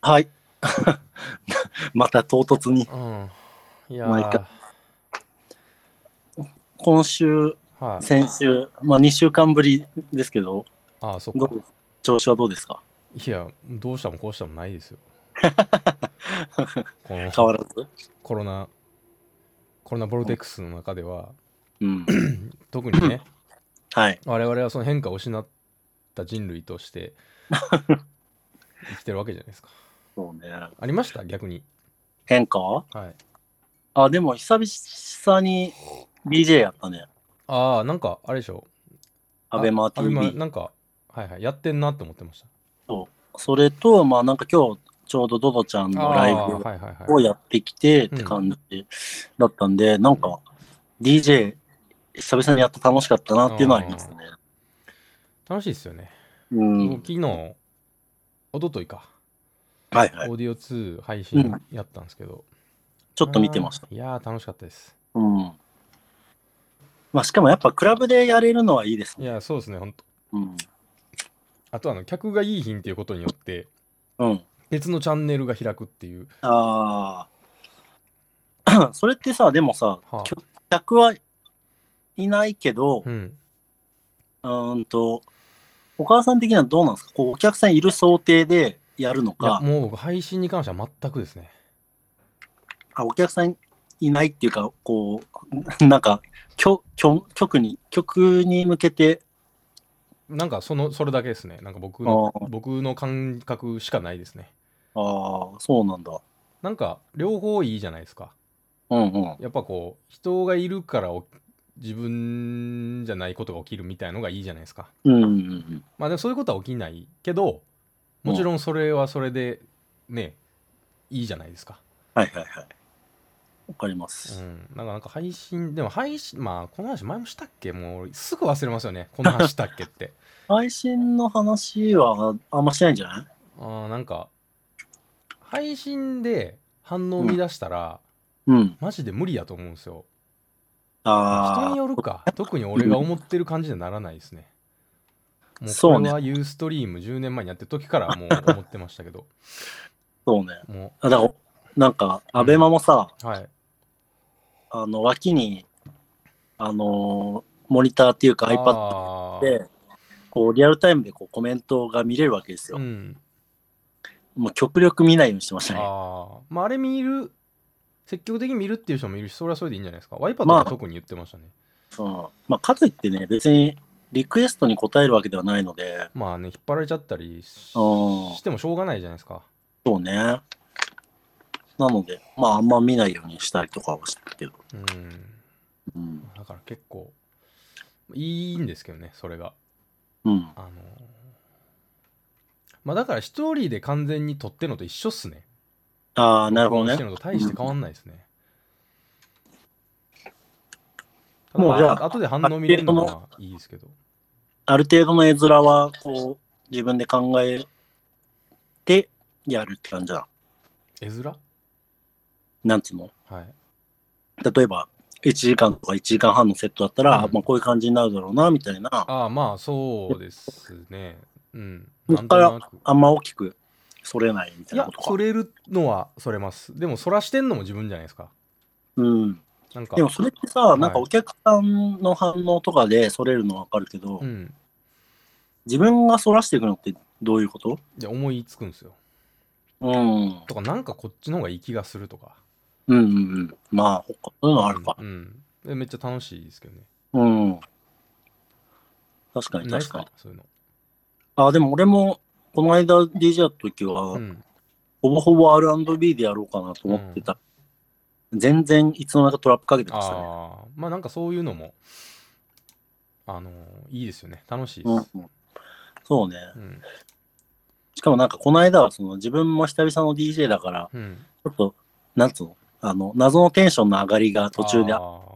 はい。 また唐突に。うん。いや毎ー、回今週、はい。先週、まあ2週間ぶりですけど、ああ、そっどか。う調子はどうですか いや、どうしたもこうしたもないですよ。この変わらずコロナ、コロナボルテックスの中では、うん。特にね、はい。我々はその変化を失った人類として生きてるわけじゃないですか。そうね。ありました逆に。変化はい。あ、でも久々に DJ やったね。ああ、なんか、あれでしょ。アベあ、マあれ、ま、 TV なんか、はいはい、やってんなって思ってましと、それと、まあなんか今日、ちょうどドドちゃんた。のライああー、ブはいはいはい。をやってきてっうてん。感じだったんで、なんか DJ 久々にやって楽しかったなっていうのはありまあすね。あ、楽しいですよね。う僕、昨ん。日、一昨日か。はいはい。オーディオ2配う信ん。やったんですけど、ちょっと見てまあした。ーいやー楽しかったです。うん。まあ、しかもやっぱクラブでやれるのはいいですいね。やーそうですね、ほんと。うん。あとあの、客がいい品っていうことによって、うん。別のチャンネルが開くっていう。ああ。 それってさ、でもさ、はあ、客はいないけど、うん。うーんと、お母さん的にはどうなんですかこう、お客さんいる想定でやるのいや、か、もう僕、配信に関しては全くですね。あ、お客さんいないっていうか、こう、 なんか、局局に、局に向けて、なんか、その、それだけですね。なんか僕あの、ー僕の感覚しかないですね。あー、そうなんだ。なんか、両方いいじゃないですか。うんうん。やっぱこう、人がいるからお自分じゃないことが起きるみたいのがいいじゃないですか。うんうんまあでもそういうことは起きないけど、うもん。うちん。ろんそれはそれで、ね、いいじゃないですか。はいはいはい。わかりまうす。ん。なんか、なんか配信、でも配信、まあ、この話前もしたっけもう、すぐ忘れますよね。こんな話したっけって。 配信の話はあんましないんじゃないあーなんか、配信で反応をう見ん。出したら、うん。マジで無理やと思うんですよ。まあ、人にあよるあ、か。特にう俺がん。思ってる感じにはならないですね。もうこそれうね。はユーストリーム10年前にやってる時からもう思ってましたけど、 そうね。もあだから、なんか、う、うアベん。マもさ、はい。あの、脇に、あのーモニターっていうか iPad あで、こう、リアルタイムでこうコメントが見れるわけですー、うよ。ん。もう極力見ないようにしてましたね。ああ、まああれ見る、積極的に見るっていう人もいるし、それはそれでいいんじゃないですか。ワイパーとまかあ、特に言ってましたね。うん。まあ、かといってね、別にリクエストに応えるわけではないので、まあね、引っ張られちゃったりうん。しそてもしょうがないじゃないですか。うね。なので、まあ、あんま見ないようにしたりとかはしてるけど。うん。うん。だから結構、いいんですけどね、それが。うん。あの、まあだから一人で完全に撮ってるのと一緒っすね。ああ、なる録ほ音どしてね。るのと大うしてん。変わんないですね。ただまもうじあ、ゃあ後であ、反あ応る見れる程度のはの、まあいいですけど。ある程度の絵面は、こう、自分で考えてやるって感じだ。絵面なんつうのはい。例えば、1時間とか1時間半のセットだったうら、まあ、ん。こういう感じになるだろうな、みたいな。ああ、まあ、そうですね。うん。そなこんかとら、なく。あんま大きく、それないみたいいなこや、とそか。れるのはそれます。でも、そらしてんのも自分じゃないですか。うん。なんでか、も、それってさ、なんはかい。お客さんの反応とかで、それるのわかるけうど、ん。自分がそらしていくのってどういうことで、思いつくんですよ。うん。うんとか、なんかこっちの方がいい気がするとか。うんうん。まあ、ほかそういうのうあるん、か。うん。でめっちゃ楽しいですけどね。うん。確かに、ない確っすかかに。そういうの。あ、でも俺も、この間 DJ やった時うは、ん。ほぼほぼ R&B でやろうかなとう思ってん。た。全然いつの間にかトラップかけてましたね。ああ、まあ、なんかそういうのも、あのーいいですよね。楽しいでうん、す。そうね。うん。しかもなんかこの間はその自分も久々の DJ だから、うん。ちょっと、なんつうの、あの、謎のテンションの上がりが途中であっああ、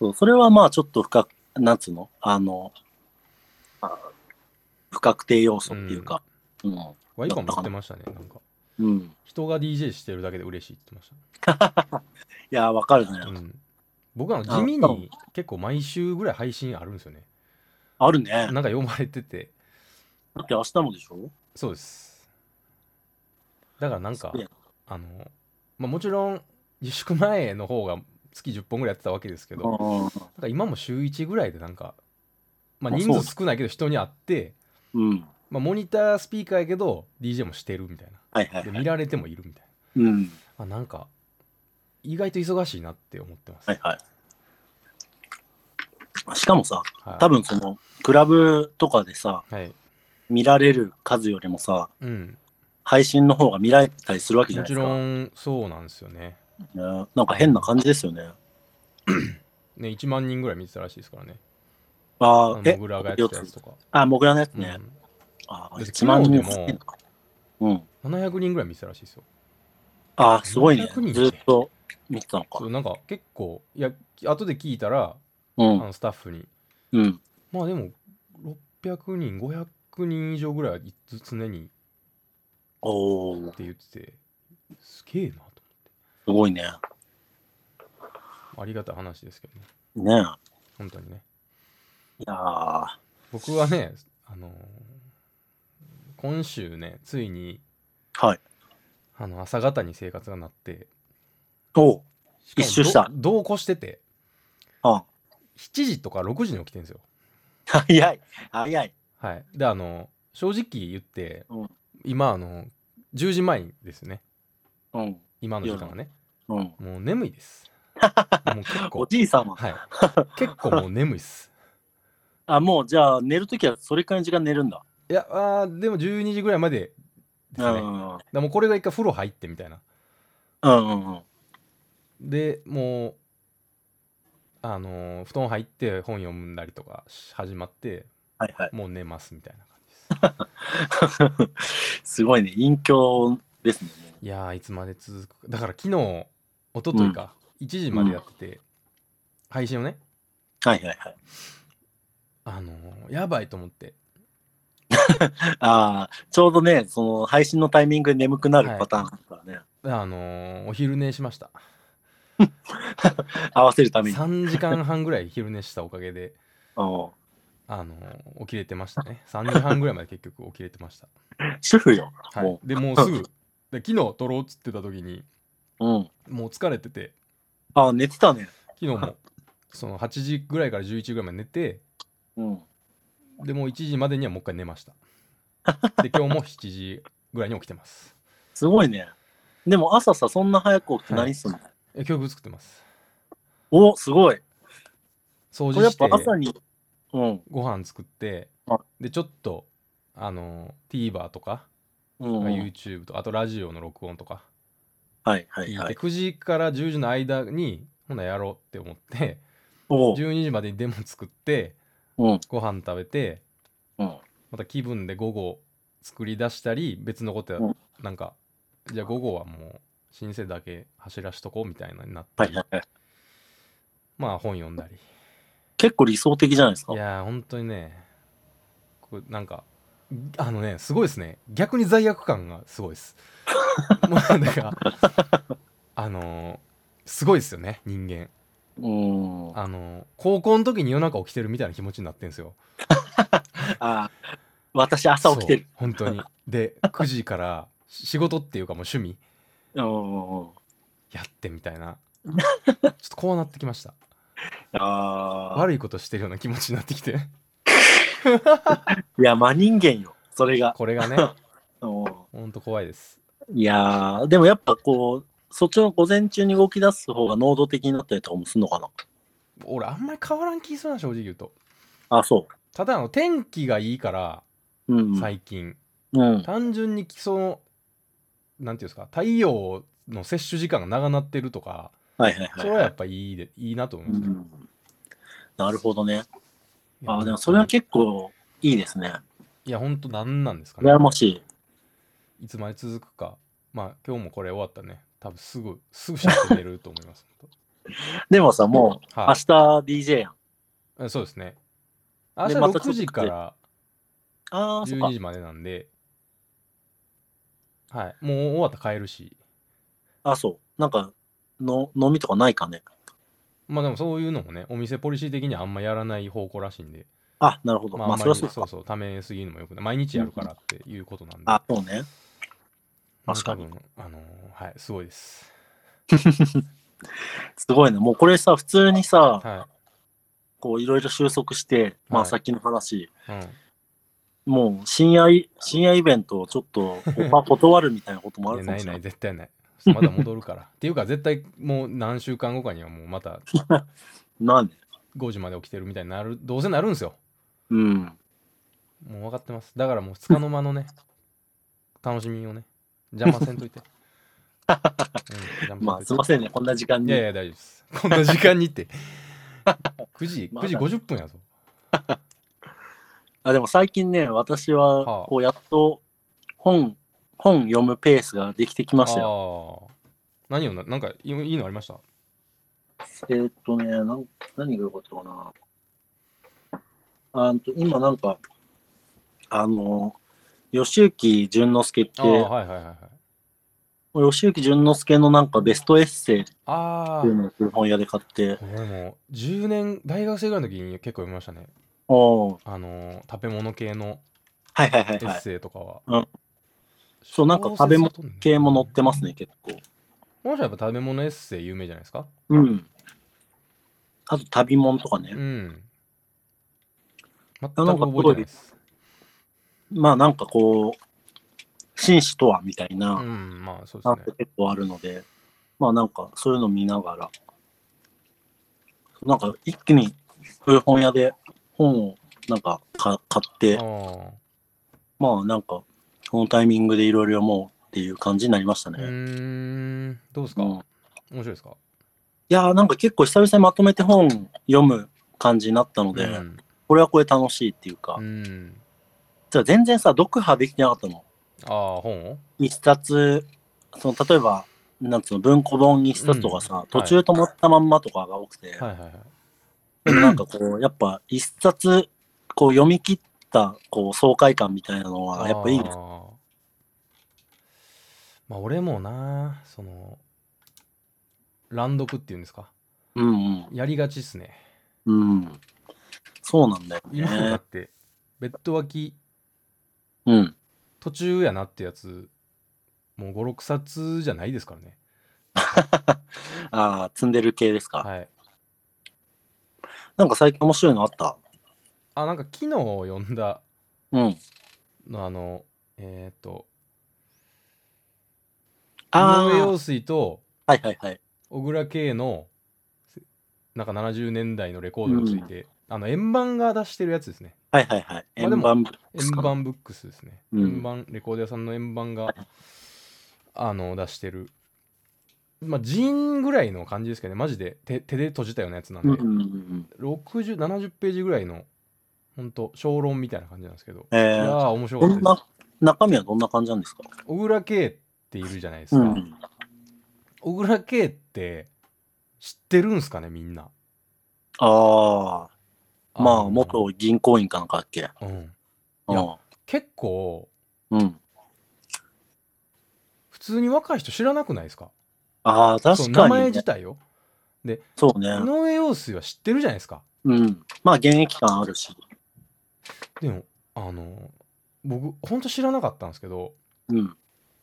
そうそれはまあちょっと深く、なんつうの、あの、あ不確定要う。素っていうんか、うん、ワイだパったーも言っかてな。ましたね。なんか、うん。い人が DJ してるだけで嬉しいって言ってました。やー、わかるね。うん。僕あの地あ、味多分に結構毎週ぐらい配信あるんですよね。あるね。なんか読まれてて。だって明日もでしょそうです。だからなんかそうやあの、まあ、もちろん自粛前の方が月10本ぐらいやってたわけですけど、なんか今も週1ぐらいでなんか、まあ、あ人そう数少ないけど人に会って、うん。まあ、モニタースピーカーやけど DJ もしてるみたいはいはいなでは見い。られてもいるみたいうん。な、あ、なんか意外と忙しいなって思ってます、はいはい。しかもさ、はい多分その、クラブとかでさ、はい見られる数よりもさ、うん、配信の方が見られたりするわけじゃもないでちすか。ろんそうなんですよねねなんか変な感じですよね。ね1万人ぐらい見てたらしいですからねああのあ、えモグラがやってたやつとか、あ、モグラのやつうんね。ああ、だって1万人昨日でもうん。 700人ぐらい見てたらしいですよああ、すごいね700人。ずっと見てたのかそう。なんか結構いや後で聞いたら、うあん。のスタッフにうん。まあでも600人500人以上ぐらいはいつ常におおって言っててすげえなと思すごいね。ってありがたい話ですけどねねえ。本当にねいやー僕はねあのー今週ねついにはい。あの朝方に生活がなっておうしか一も周したど同行しててあ7時とか6時に起きてるんですよ早い。早い。はいであの正直言って、うん今あの10時前ですねうん。今の時間がねうん。もう眠いですもう結お 構じいさんは。はい結構もう眠いっすあ、もうじゃあ寝るときはそれくらいの時間寝るんだ。いやあーでも12時ぐらいまでですね、だかん。らもうこれが一回風呂入ってみたいなうんうんうん。でもうあのー布団入って本読んだりとかし始まってはいはい。 もう寝ますみたいな感じですすごいね。隠居ですね。いやーいつまで続くかだから昨日一昨日か、1時までやってて、配信をねはいはいはい。あのーやばいと思ってああ、ちょうどね、その配信のタイミングで眠くなるパターンだからね。あのーお昼寝しました合わせるために。 3時間半ぐらい昼寝したおかげでおうあのー起きれてました ね3時半ぐらいまで結局起きれてました主婦よ。はいも、でもうすぐで昨日撮ろうっつってた時にう。うん。もう疲れててああ、寝てたね。昨日もその8時ぐらいから11時ぐらいまで寝てうん。でもう1時までにはもう一回寝ましたで今日も7時ぐらいに起きてますすごいね。でも朝さ、そんな早く起きて何すんの、え今日ぶつってますおすごい。掃こ除れやっしてぱ朝に。うん。ご飯作ってあでちょっとあの TVer とか、うん、うん。 YouTube とかあとラジオの録音とかはいは聞いいて、はい。 9時から10時の間にほなやろうって思っておう。 12時までにデモ作ってうん。ご飯食べてうん。また気分で午後作り出したり別のことやうんなんかじゃあ午後はもう新生だけ走らしとこうみたいなになって、はいはいはい。まあ本読んだり結構理想的じゃないですか。いやー本当にねこうなんかあのねすごいですね逆に罪悪感がすごいです もうなんかあのーすごいですよね人間うん。ああのー高校の時に夜中起きてるみたいな気持ちになってんですよあー、私朝起きてる。そう本当にで9時から仕事っていうかもう趣味うん。やってみたいなちょっとこうなってきましたああ。悪いことしてるような気持ちになってきていや、真人間よ。それが。これがねうんほんと怖いですいやー、でもやっぱこう、そっちの午前中に動き出す方が能動的になったりとかもするのかな。俺あんまり変わらん気するな正直言うとあ、そただあの天気がいいからう。うん。最近、うん。単純にそのなんていうんですか太陽の摂取時間が長なってるとかはいはいそはいれは。はいやっぱいいでいいなと思うんうですよ、んなるほどね。いやあーでもそれは結構いいですね。いやほんと何なんですかね羨ましい。いつまで続くかまあ今日もこれ終わったね多分すぐすぐシャッと寝れると思い ます、でもさ、もうはい明日 DJ やん。えそうですね。明日また6時からああ、そっか12。時までなんで、はい、もう終わったら帰るし、あそう。なんかの、飲みとかないかね。まあでもそういうのもね、お店ポリシー的にはあんまやらない方向らしいんで、あ、なるほど。ままあ、あ、あんそまりりゃそそううそうか。ためすぎるのもよくない。毎日やるからっていうことなんで、あ、そうね。確かにもう多分あのはいすごいですすごいね。もうこれさ、普通にさ、はこういろいろ収束して、まあはいさっきの話、い、うん、もう深夜い、深夜イベントをちょっ とオファー断るみたいなこともあいやるかなもいしれなないい。絶対ないまだ戻るから っていうか絶対もう何週間後かにはもうまたなんで5時まで起きてるみたいになるどうせなるんですようん。もう分かってますだからもうつかの間のね楽しみをね邪魔せんと いて、うんまあすいませんね、こんな時間いに。やいや大丈夫ですこんな時間にって 9時ま9だ時50分やぞあでも最近ね、私ははあ、こうやっと本、本読むペースができてきましたよ。ああ何をななんかいいいのありましたえーっとね、なん何が良かったかな。あんと今なんか、あの、吉行淳之介っああて、はいはいはいはい吉行淳之介のなんかベストエッセイってあいうのを古本屋で買ってあ、俺も10年大学生ぐらいの時に結構読みましたねおーあのー食べ物系のはいはいはエいはッい。セイとかは、うんそうなんか食べ物系も載ってますね、結構。もしやっぱ食べ物エッセイ有名じゃないですかうん。あと旅物とかね。うん全くあなんか覚えてないですまあなんかこう、紳士とはみたいうな、んまあそうなんですかね結構あるので、まあなんかそういうの見ながら、なんか一気に古本屋で本をなんかか買って、あまあなんかこのタイミングでいろいろ読もうっていう感じになりましたあうね。ーんどうですうかん面い白いですかやーなんか結構久々にまとめて本読む感じになったので、うんこれはこれ楽しいっていうかう、んじゃあ全然さ、読破できてなかったの。ああ本を一冊その例えばなんつうの文庫本一冊とかさ、途中止まったまんまとかが多くて、はいはいはいでもなんかこうやっぱ一冊こう読み切ったこう爽快感みたいなのはやっぱいいあねーまあ俺もなその乱読っていうんですかうんやりがちっすねうんうんそうなんだよ今もだねってベッド脇うん途中やなってやつもう56冊じゃないですからねああ積んでる系ですか、はいなんか最近面白いのあったあなんか昨日読んだうんのあのえっ、と井あ上あ陽水とはいはいはい小倉圭のなんか70年代のレコードについて、あの円盤が出してるやつですねはいはいはいまあで円も盤ブック円スか盤ブックスですね、うん円盤レコード屋さんの円盤があの出してるまあジーンぐらいの感じですけどねマジで手手で閉じたようなやつなんで、うんうんうんうん6070ページぐらいのほんと小論みたいな感じなんですけど、えいやー、ー面白かどったんですな中身はどんな感じなんですか小倉圭っているじゃないですうか、ん小倉圭って知ってるんすかねみんなああ、まあ、の元銀行員かなんかだっけ。うんうやん。結構うん、普通に若い人知らなくないですかああ、そう確名か前に、自ね。体よそう井ね。上陽水は知ってるじゃないですかうん。まあ、現役感あるし。でもあの僕ほんと知らなかったんですけどうん。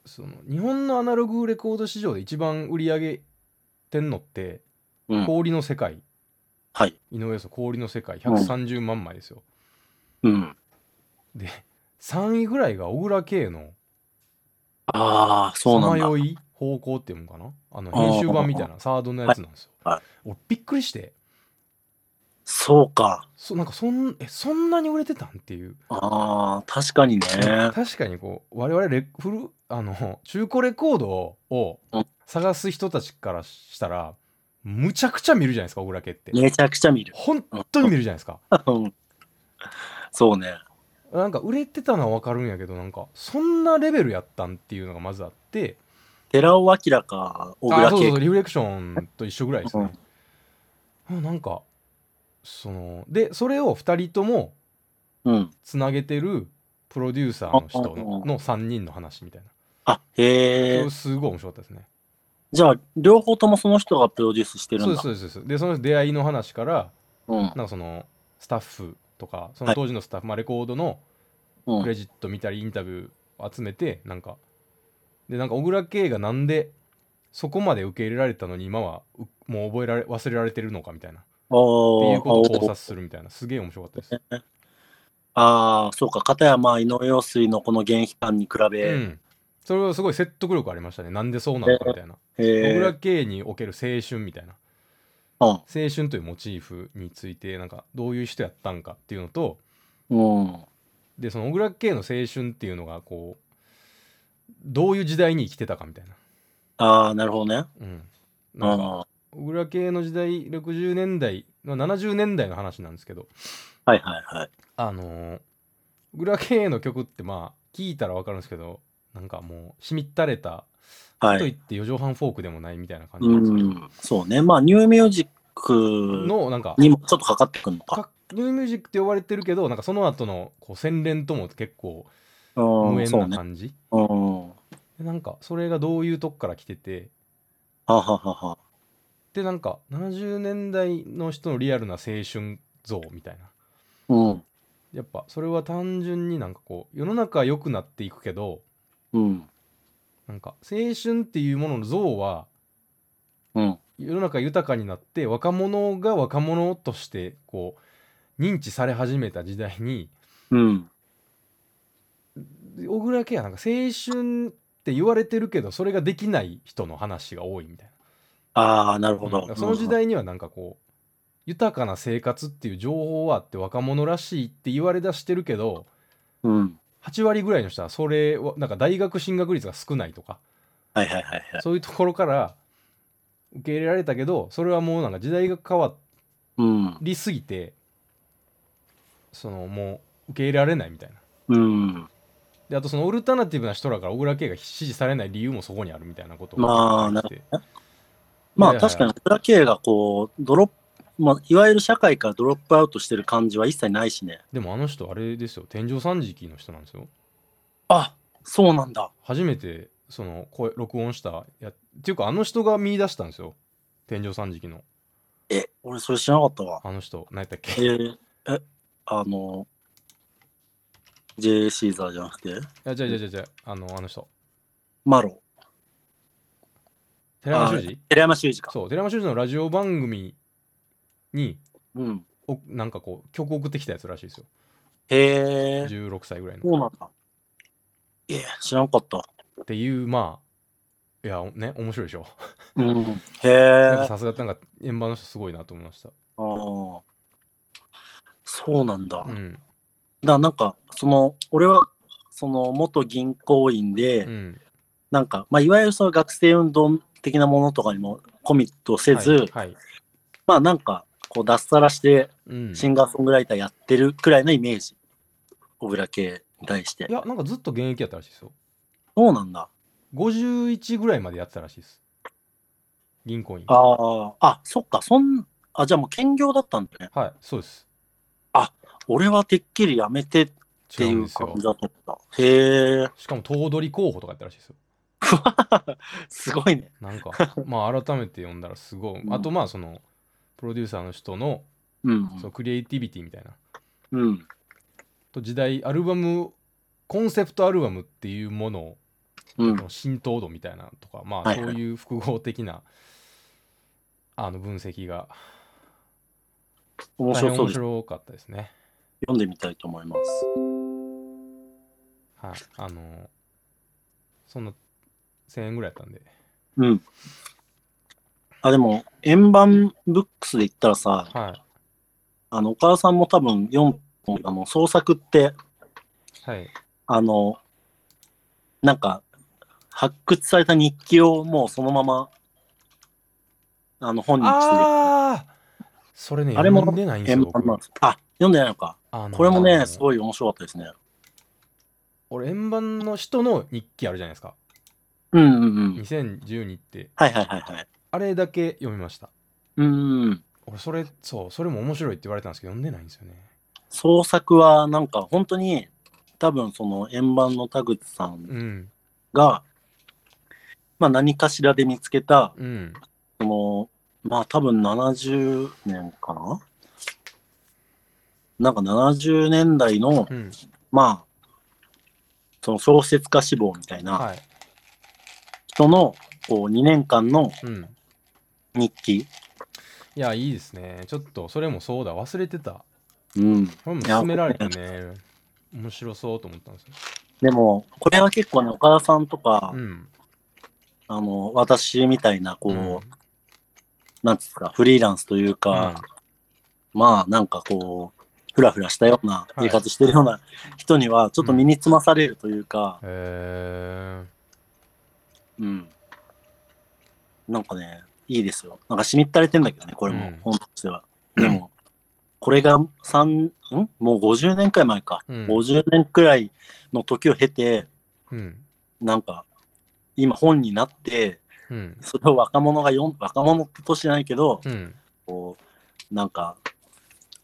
その日本のアナログレコード市場で一番売り上げてんのってうん。氷の世界、はい。井上陽水氷の世界130万枚ですよ、うん。で3位ぐらいが小倉圭のああ、さそうなまんだ。よい方向っていうのかなあの編集版みたいなサードのやつなんですよ、はいは俺びっくりしてそうか。そなんかそんえそんなに売れてたんっていう、ああ、確かにね。確かにこう我々レフルあの中古レコードをうん探す人たちからしたらむちゃくちゃ見るじゃないですか小倉家って、めちゃくちゃ見る。本当に見るじゃないですかうんそうね。なんか売れてたのは分かるんやけどなんかそんなレベルやったんっていうのがまずあって寺尾明か小あ倉そうそうそう圭。リフレクションと一緒ぐらいですね、あなんかそのでそれを2人ともうん。つなげてるプロデューサーの人ああのあの3人の話みたいなあ、そへえれ。すごい面白かったですねじゃあ、両方ともその人がプロデュースしてるそうんでだ。すそうですそうですでその出会いの話からうん。なんかそのスタッフとかその当時のスタッフ、まあ、レコードのうクレん。ジット見たりインタビュー集めてなんかでなんか小倉圭がなんでそこまで受け入れられたのに今はうもう覚えられ忘れられてるのかみたいなあっていうことを考ー察するみたいなすげえ面白かったです。あー、そうか、片山井上陽水のこの現批判に比べ、うん、それはすごい説得力ありましたねなんでそうなのかみたいな。え小ー倉圭における青春みたいなうん青春というモチーフについてなんかどういう人やったんかっていうのとうん、でその小倉圭の青春っていうのがこうどういう時代に生きてたかみたいな。ああ、なるほどね。うん、なんかあ小倉圭の時代60年代の70年代の話なんですけどあはいはいはい。あのー、小倉圭の曲ってまあ聞いたらわかるんですけどなんかもうしみったれたはといい。って4畳半フォークでもないみたいな感じうなんですけど、ん、そうね。まあ、ニューミュージックのなんかにもちょっとかかってくるのか。かニューミュージックって呼ばれてるけどなんかその後のこう洗練とも結構無うん、縁そうなね。感じ、うん。はでなんかそれがどういうとこから来ててははは。でなんか70年代の人のリアルな青春像みたいなうん。やっぱそれは単純になんかこう世の中は良くなっていくけどうん。なんか青春っていうものの像はうん。世の中豊かになって若者が若者としてこう認知され始めた時代にうん。小倉家はなんか青春って言われてるけどそれができない人の話が多いみたいああ、なるなほうんど。その時代にはなんかこう豊かな生活っていう情報はあって若者らしいって言われだしてるけどうん。うん。 8割ぐらいの人はそれはなんか大学進学率が少ないとかはいはいはいはい。そういうところから受け入れられたけどそれはもうなんか時代が変わうん。りすぎてそのもう受け入れられないみたいなうん。であとそのオルタナティブな人らから小倉圭が支持されない理由もそこにあるみたいなことをまあ書いててまいあやいや確かに、小倉圭がこう、ドロップ、まあ、いわゆる社会からドロップアウトしてる感じは一切ないしね。でもあの人あれですよ天井三時期の人なんですよあそうなんだ。初めてその声録音したやっていうかあの人が見出したんですよ天井三時期のえ、俺それ知らなかったわ。あの人何やったっえけいー、え、あの、J. シーザーじゃなくて、やじゃじゃじゃじゃあのあの人マロ。寺山修司寺山修司か。そう寺山修司のラジオ番組にうん。おなんかこう曲送ってきたやつらしいですよへえ、 16歳ぐらいのそうなんだ。えー、知らなかった。っていうまあいやね面白いでしょうん。へなんかえ。さすがなんか円盤の人すごいなと思いましたあーそうなんだ。うだかんらなんか、その、俺は、その、元銀行員で、うんなんか、まあ、いわゆるその学生運動的なものとかにもコミットせず、はいはいまあ、なんか、こう、脱サラして、うんシンガーソングライターやってるくらいのイメージ。小倉系に対してい。やなんかずっと現役やったらしいですよそうなんだ。 51ぐらいまでやってたらしいです銀行員ああ、あ、そっか、そん、あ、じゃあもう兼業だったんだね。はいそうです俺はてっきり辞めてっ違てういんでうす感よじだと思った。へえ、しかも頭取候補とかやったらしいですよすごいね。な んかまあ改めて読んだらすごいあとまあそのプロデューサーの人のうん。そのクリエイティビティみたいなうん。と時代アルバムコンセプトアルバムっていうものをうん。浸透度みたいなのとかまあはいそはいういう複合的なあの分析が面大変白そう面です。白かったですね。読んでみたいと思います。はい、あのそんな1000円ぐらいやったんでうん。あ、でも、円盤ブックスで言ったらさ、はあの、お母さんも多分4本、あの、創作って、いはいあの、なんか、発掘された日記をもうそのまま、あの、本にしてる。ああそれねあれも読んでないんです円よ盤僕なんですあ、読んでないのか。あのこれもね、すいごい面白かったですね。俺円盤の人の日記あるじゃないですかうんうんうん。 2012ってはいはいはいはい。あれだけ読みましたうん。俺それそうそれも面白いって言われたんですけど読んでないんですよね創作はなんか本当に、多分その円盤の田口さんうんが、まあ何かしらで見つけた、うんその、まあ多分70年かななんか70年代の、うんまあ、その小説家志望みたいなはい人のこう2年間のうん日記。いやいいですねちょっとそれもそうだ忘れてたうん。これも勧められてね面白そうと思ったんですよでも、これは結構ね、岡田さんとか、うんあの、私みたいな、こう、うんなんつうか、フリーランスというか、まあ、なんかこう、ふらふらしたような生活してるような人には、ちょっと身につまされるというか、へうん。なんかね、いいですよ。なんかしみったれてんだけどね、これうもん、本としては。でも、これが三んもう50年くらい前か。うん50年くらいの時を経て、えうんなんか、今本になって、うんそれを若者が読ん、若者って年じゃないけど、うんこう、なんか、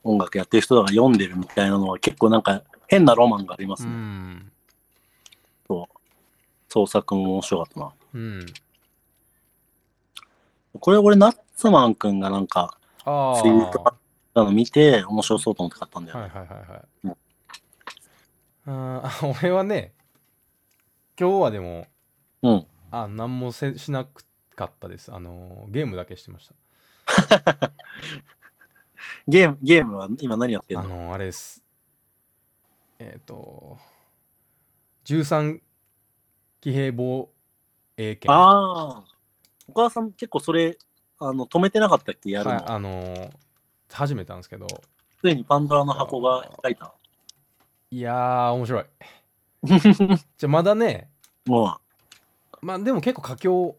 音楽やってる人が読んでるみたいなのは結構なんか変なロマンがありまうすね。ん創作も面白かったな。うんこれ俺、ナッツマンくんがなんか、あツイートああの見て面白そうと思って買ったんだよね。はいはいはいはい。ううんんあー俺はね、今日はでも、うんあ何もせしなかったです。あのーゲームだけしてましゲーム、ゲームは今何やってた。るあののーあれです。えっ、と、13騎兵防衛権。はああ。お母さん結構それ、あの、止めてなかったっけやいるの。あのー始めたんですけど、ついにパンドラの箱が開いた。いやー、面白い。じゃあまだね、もまあでも結構佳境、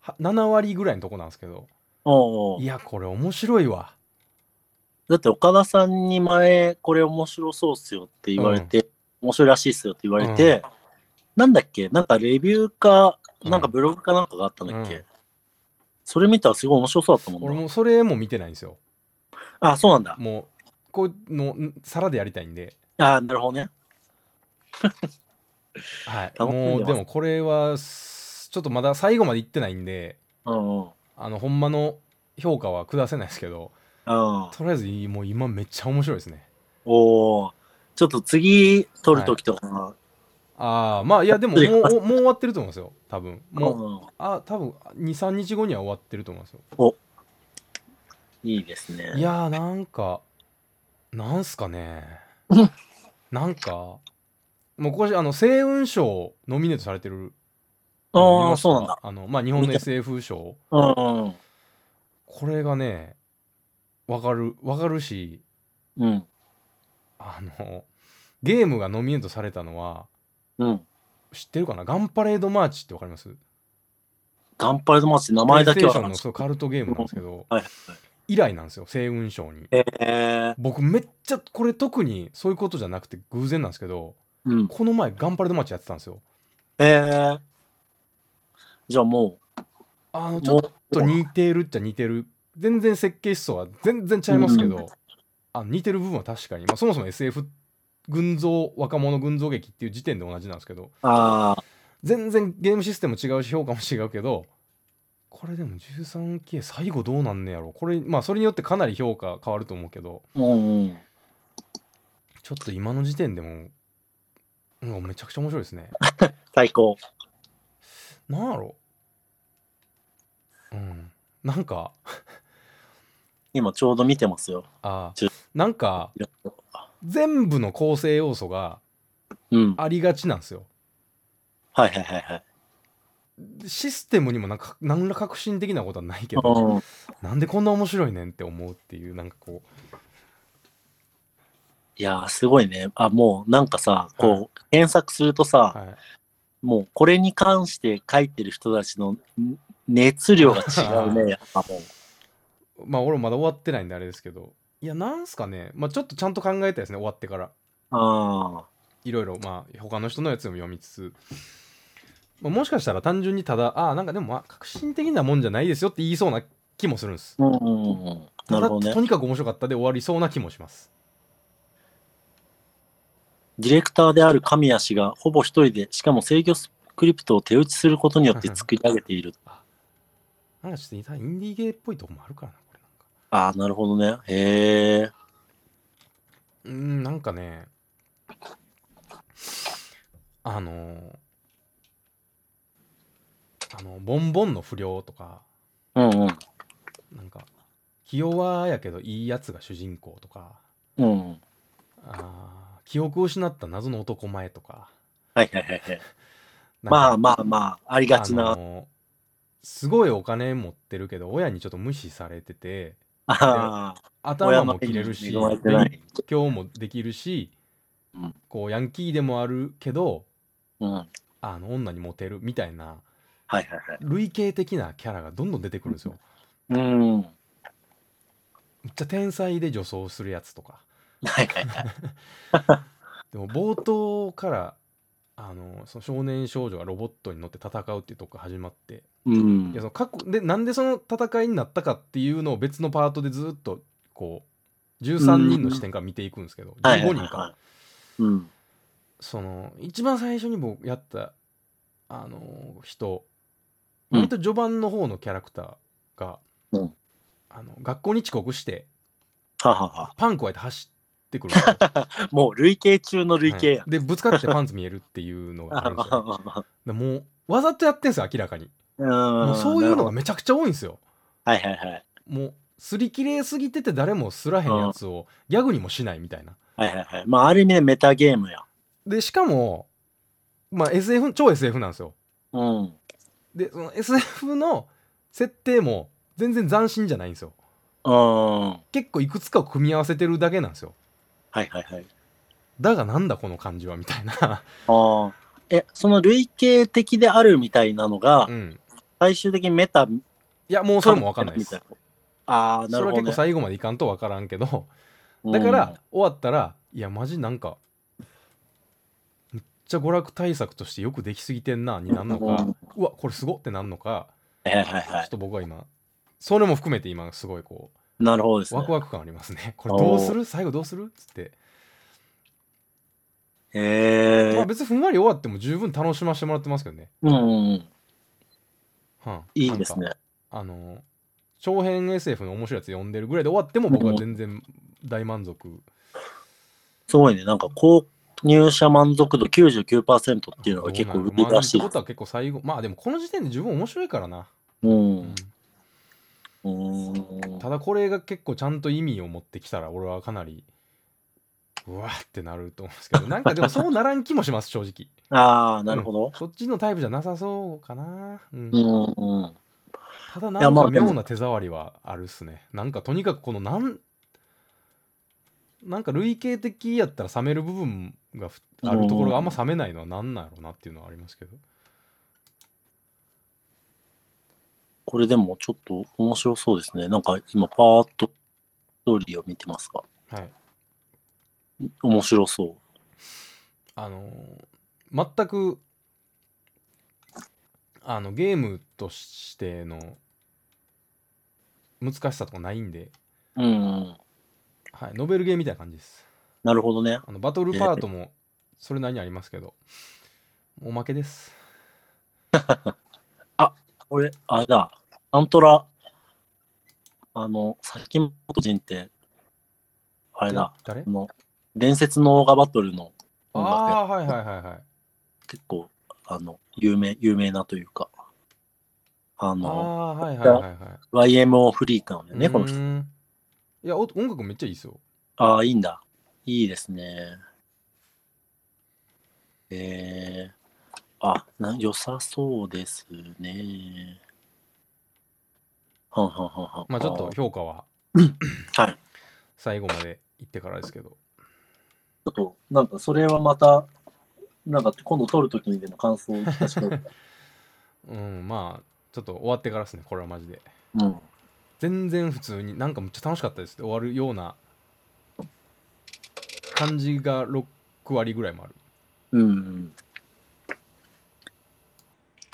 は7割ぐらいのとこなんですけど、う、おうおういや、これ面白いわ。だって岡田さんに前、これ面白そうっすよって言われて、面白いらしいっすよって言われて、なんだっけなんかレビューか、なんかブログかなんかがあったんだっけ、うんそれ見たらすごい面白そうだったも俺んな。もそれも見てないんですよあ、そうなんだ。もうこういうのん皿でやりたいんで、あなるほどね。はい、楽しんでますもうでもこれはすちょっとまだ最後まで行ってないんでうんうん。あのほんまの評価は下せないですけどあとりあえずいもう今めっちゃ面白いですねおお。ちょっと次撮るときとか、ああまあいやでももいうやもうもう終わってると思うんですよ多分うもうんあ多分23日後には終わってると思うんですよいいですね。いやーなんかなんす かねうんなんかもう今年あの星雲賞ノミネートされてるあ見まあ、したそうなんだ。あの、まあ、日本見のた SF 賞、うんこれがね、わかる、わかるし、うん。うん。あの、ゲームがノミネートされたのは、うん。知ってるかなガンパレードマーチってわかりますガンパレードマッチ、名前だけはプレイステーションのはそうカルトゲームなんですけど、いはい。以来なんですよ、星雲賞に。ええー。僕めっちゃこれ特にそういうことじゃなくて偶然なんですけどうん。この前ガンパレードマーチやってたんですよええー。じゃあもあう、のちょもっと似てるっちゃ似てる全然設計思想は全然違いますけど、うあ似てる部分は確かに、まあ、そもそも SF 群像若者群像劇っていう時点で同じなんですけどう、ああ、全然ゲームシステム違うし評価も違うけどこれでも 13K 最後どうなんねやろこれまあそれによってかなり評価変わると思うけどうんうん。ちょっと今の時点でもうわめちゃくちゃ面白いですね最高。なんやろうんなんか今ちょうど見てますよ。あーちょなんか全部の構成要素がうん。ありがちなんですよ。はいはいはいはい。システムにもなんか何ら革新的なことはないけどうん、なんでこんな面白いねんって思うっていうなんかこいやー、すごいね。あ、もうなんかさ、はこう、検索するとさ、う、はい、もうこれに関して書いてる人たちのん熱量が違う ね、やっぱもう。まあ俺もまだ終わってないんであれですけどいやなんすかね、まあ、ちょっとちゃんと考えたいですね終わってからあいろいろまあ他の人のやつも読みつつ、まあ、もしかしたら単純にただああなんかでもまあ革新的なもんじゃないですよって言いそうな気もするんですあ、うんうんうん。なるほどただねと。にかく面白かったで終わりそうな気もしますディレクターである神谷氏がほぼ一人で、しかも制御スクリプトを手打ちすることによって作り上げている。なんかちょっとインディーゲーっぽいとこもあるからなこれなんかああ、なるほどね。へえ。うーんなんかねあのーあのボンボンの不良とかうんうん。なんか気弱やけどいいやつが主人公とかうんうん。あー記憶を失った謎の男前とかはいはいはいはい。なんかまあまあまあ、ありがちあな。のすごいお金持ってるけど親にちょっと無視されててああ、頭も切れるし親の目に恵まれてない。勉強もできるし、うんこうヤンキーでもあるけどうん。はいあの女にモテるみたいなはいはい。類型的なキャラがどんどん出てくるんですよ。うん。はいめっちゃ天才で女装するやつとかはいはい。でも冒頭からあのその少年少女がロボットに乗って戦うっていうとこから始まってういんや。その過去でなんでその戦いになったかっていうのを別のパートでずっとこう13人の視点から見ていくんですけどはいはいはい15人はかい。うん。その一番最初に僕やったあのー人うん割と序盤の方のキャラクターが、うんあの学校に遅刻してはははパン加えて走ってく るんですよは。もう類型中の類型はやい。でぶつかってパンツ見えるっていうのがあるん ですよでもうわざとやってんすよ明らかにももうそういうのがはいめちゃくちゃ多いんですよはいはい。もう擦り切れすぎてて誰もすらへんやつをギャグにもしないみたいな。はいはいはい。まあ、ある意味でメタゲームや。でしかも、まあ、SF 超 SF なんですよ。うん。でその SF の設定も全然斬新じゃないんですよ。うん。は結構いくつかを組み合わせてるだけなんですよ。いはいはい。だがなんだこの感じはみたいな。ああ。え、その類型的であるみたいなのがう、ん、最終的にメタ、いやもうそれも分かんないです。ああ、なそれるはほど、結構ね。最後までいかんと分からんけどだから終わったらいやマジなんかめっちゃ娯楽対策としてよくできすぎてんなになんのうかんうわこれすごってなんのかうん、はいはいちょはっと僕は今それも含めて今すごいこい。なるほどですうね。ワクワク感ありますね。これどうする最後どうするっつって、へまあ、え。別にふんわり終わっても十分楽しませてもらってますけどね。うんうんうん。はいいです。ね。あの長編 SF の面白いやつ読んでるぐらいで終わっても僕は全然大満足。すごいね。なんか、購入者満足度99%っていうのが結構どう売なりのまあらってしいこ。とは結構最後まあでもこの時点で十分面白いからな。ううんん。うーん。ただこれが結構ちゃんと意味を持ってきたら俺はかなりうわーってなると思うんですけどなんかでもそうならん気もします正直。ああ、なるほど。そっちのタイプじゃなさそうかな。うんうんうん。ただないやんまあかでも妙な手触りはあるっすね。なんかとにかくこのなんなんか類型的やったら冷める部分がふあるところがあんま冷めないのはなんなんやろうなっていうのはありますけど。これでもちょっと面白そうですね。なんか今パーッとストーリーを見てますが、はい。面白そう。あのー全くあのゲームとしての難しさとかないんで、うんうん。はい、ノベルゲーみたいな感じです。なるほどね。あのバトルパートもそれなりにありますけど、おまけです。これ、あれだ、アントラ、あの、先本人って、あれだ、誰あの、伝説のオーガバトルの音楽やああー、はいはいはいはい。結構、あの、有名、有名なというか、ああの、あー、はいはいはいはい。 YMO フリークなんだよね、このう人。ーんいや、お音楽めっちゃいいですよ。ああ、いいんだ。いいですね。えー、あな、良さそうですね。はんはんはんはん。まあちょっと評価はあー。はい。最後まで行ってからですけど。ちょっと、なんか、それはまた、なんか、今度撮るときにでも感想を聞かせて。うん、まあちょっと終わってからですね、これはマジで。 うん。全然普通に、なんかめっちゃ楽しかったですって終わるような感じが6割ぐらいもある。うん。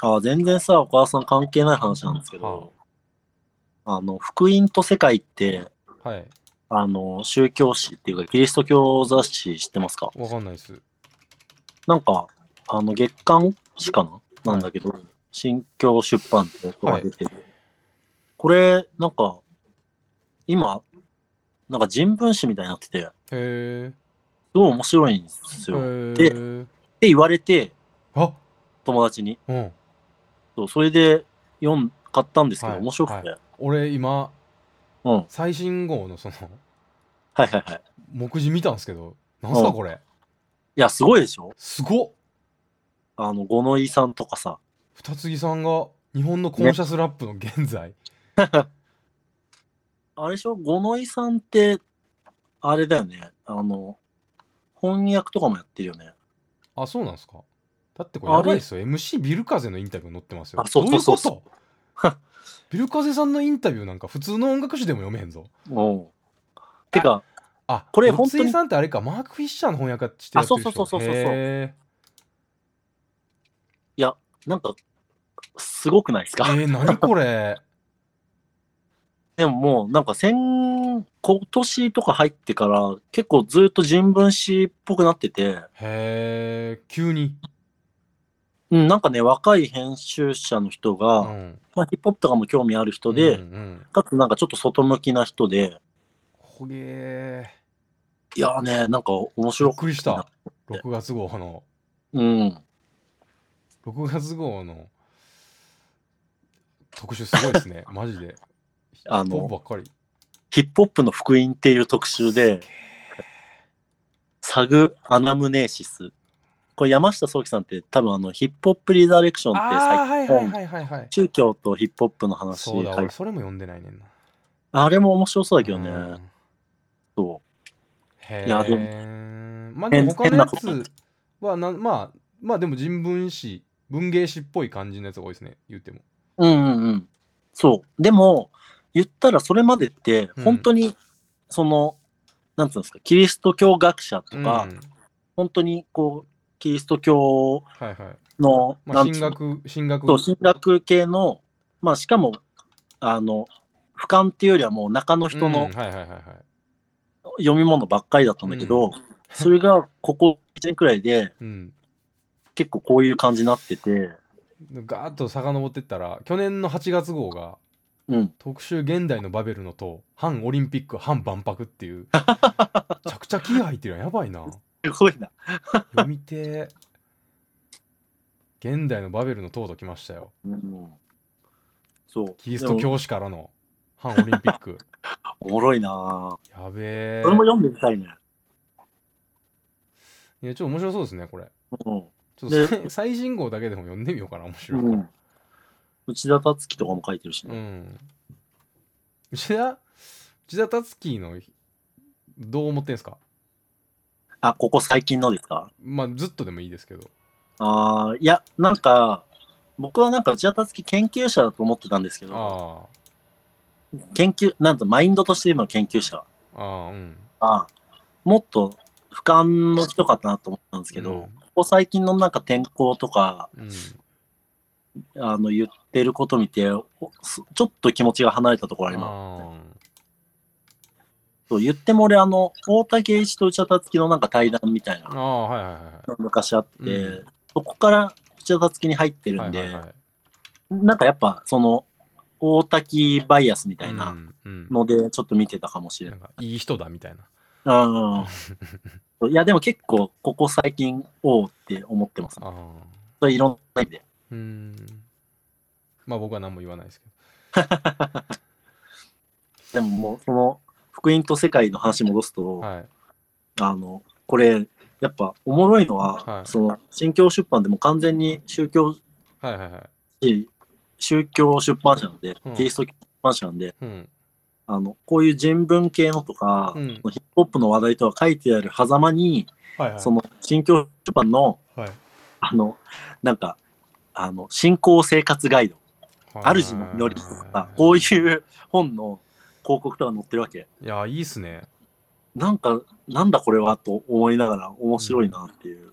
あー全然さ、お母さん関係ない話なんですけど、あの、福音と世界って、はい、あの、宗教史っていうか、キリスト教雑誌知ってますかわかんないです。なんか、あの、月刊誌かななんだけど、新教出版ってやつが出てる。これ、なんか、今、なんか人文誌みたいになってて、すへごい面白いんですえ。よ。っへでえ。て言われて、あ友達に。うん。そうそれで読ん買ったんですけど、はい面白くて、俺今うんはい最新号のそのはいはい目次見たんですけどなんすかうんこれいやすごいでしょすごっあの五ノ井さんとかさ二木さんが日本のコンシャスラップの現在、あれでしょ五ノ井さんってあれだよねあの翻訳とかもやってるよねあそうなんですかだってこれやばいですよ MC ビル風のインタビュー載ってますよあそうそうそうどいこと ビル風さんのインタビューなんか普通の音楽誌でも読めへんぞうんてかあこれ松本井当にさんってあれかマーク・フィッシャーの翻訳やしてやってる人あそうそうそうそうそうそうへいやなんかすごくないですかーえー、何これでももうなんか先今年とか入ってから結構ずっと人文誌っぽくなってて、へえ急に、うん、なんかね若い編集者の人が、うん、まあ、ヒップホップとかも興味ある人で、うんうんかつなんかちょっと外向きな人でほげーいやーねなんか面び白っくりした6月号のうん6月号の特集すごいです ねマジであのヒップホップばっかりヒップホップの福音っていう特集で、サグ・アナムネーシス。これ山下聡樹さんって多分あのヒップホップリザレクションってああーは最い近、はいはいはいはい宗教とヒップホップの話そうだ書い俺てそれも読んでないねんなあれも面白そうだけどね。うんそへいやでえまあで変も他のや変なつはなまあまあでも人文史文芸史っぽい感じのやつが多いですね言ってもう。うんうんうん。そう。でも、言ったらそれまでってうん本当に、その、なんつうんですか、キリスト教学者とか、うん本当にこう、キリスト教はいはい、の、まなあ、んつう進の学進学そう、進学系の、まあ、しかも、あの、俯瞰っていうよりはもう中の人うのんはいはいはいはい読み物ばっかりだったんだけど、それがここ1年くらいでうん結構こういう感じになってて、ガーッと遡ってったら去年の8月号がうん、特集「現代のバベルの塔反オリンピック反万博」っ ていうめちゃくちゃ気合入ってるやんやばいなすごいな。読みてー現代のバベルの塔ときましたようん、そう。キリストでも教師からの反オリンピックおもろいなぁ。やべえそれも読んでみたいね。いやちょっと面白そうですねこれうん。ちょっとさで最新号だけでも読んでみようかな面白いからうん、内田達樹とかも書いてるしうね。ん内田内田達樹のどう思ってんすかあ、ここ最近のですかまあずっとでもいいですけどああ、いや、なんか、僕はなんか内田達樹研究者だと思ってたんですけど、あ研究、なんとマインドとして今の研究者あああうんは、もっと俯瞰の人かなと思ったんですけど、ここ最近のなんか天候とか、うん、うんあの、言ってること見て、おすちょっと気持ちが離れたところあります。あそう言っても俺、あの、大竹一と内田達樹のなんか対談みたいーあな、ーはいはいはいはい昔あって、うんそこから内田達樹に入ってるんで、はいはいはいなんかやっぱ、その、大滝バイアスみたいなうんうんので、ちょっと見てたかもしれないなんかいい人だみたいなああ。いや、でも結構、ここ最近、おうって思ってます。ああそれいろんな意味で。うんまあ僕は何も言わないですけどでももう、その、福音と世界の話戻すと、はいあの、これ、やっぱ、おもろいのは、はいその、新教出版でも完全に宗教はいはいはい誌、宗教出版社なんで、うんキリスト教出版社なんで、うんあの、こういう人文系のとか、うんそのヒップホップの話題とは書いてある狭間に、はいはいその、新教出版の、はいあの、なんか、あの、信仰生活ガイド。主のよ祈りとか、こういう本の広告とか載ってるわけ。いやいいっすねなんか、なんだこれはと思いながら面白いなっていう。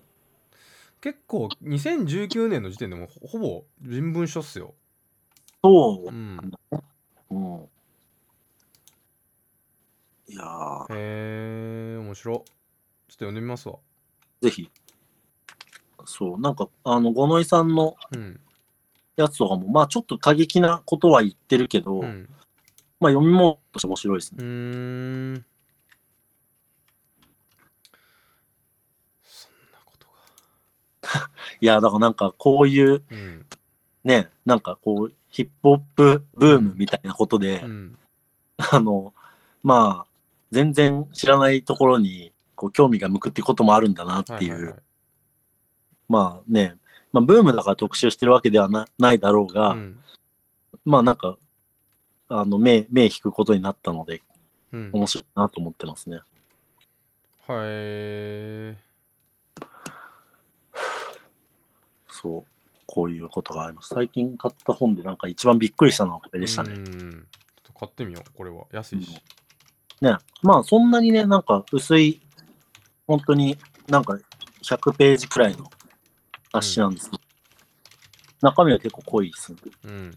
結構2019年の時点でもほほぼ人文書っすよそうう。んうん、いやー、へえ面白ちょっと読んでみますわぜひ。そう、なんか、あの、五ノ井さんのうんやつとかも、まあちょっと過激なことは言ってるけど、うんまあ読み物として面白いですうね。ーんそんなことがいや、だからなんかこういう、うんね、なんかこう、ヒップホップブームみたいなことで、うんあの、まあ、全然知らないところに、こう、興味が向くってこともあるんだなっていう、はいはいはいまあね、まあ、ブームだから特集してるわけではなないだろうが、うんまあなんか、あの、目、目引くことになったので、うん面白いなと思ってますね。はいそう。こういうことがあります。最近買った本でなんか一番びっくりしたのはこれでしたね。うんちょっと買ってみようこれは安いし、ね、まあそんなにね、なんか薄い、本当になんか100ページくらいの雑誌なんですけど、中身は結構濃いですね。うん、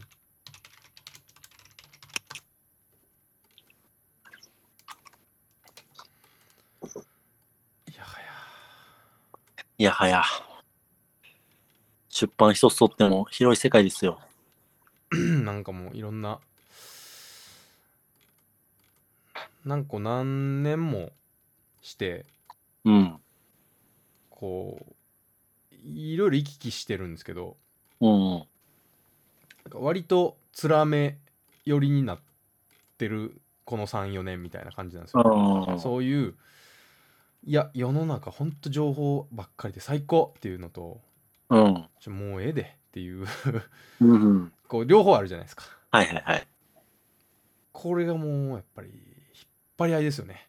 いや はいやはや。出版一つとっても広い世界ですよ。やなんかもういろんななんかこう何年もしてうん。こういろいろ行き来してるんですけどうんうん。なんか割とつらめ寄りになってるこの34年みたいな感じなんですよああ。そういういや世の中ほんと情報ばっかりで最高っていうのとうん。ちょもうええでっていう うんうん。こう両方あるじゃないですかはいはいはい。これがもうやっぱり引っ張り合いですよね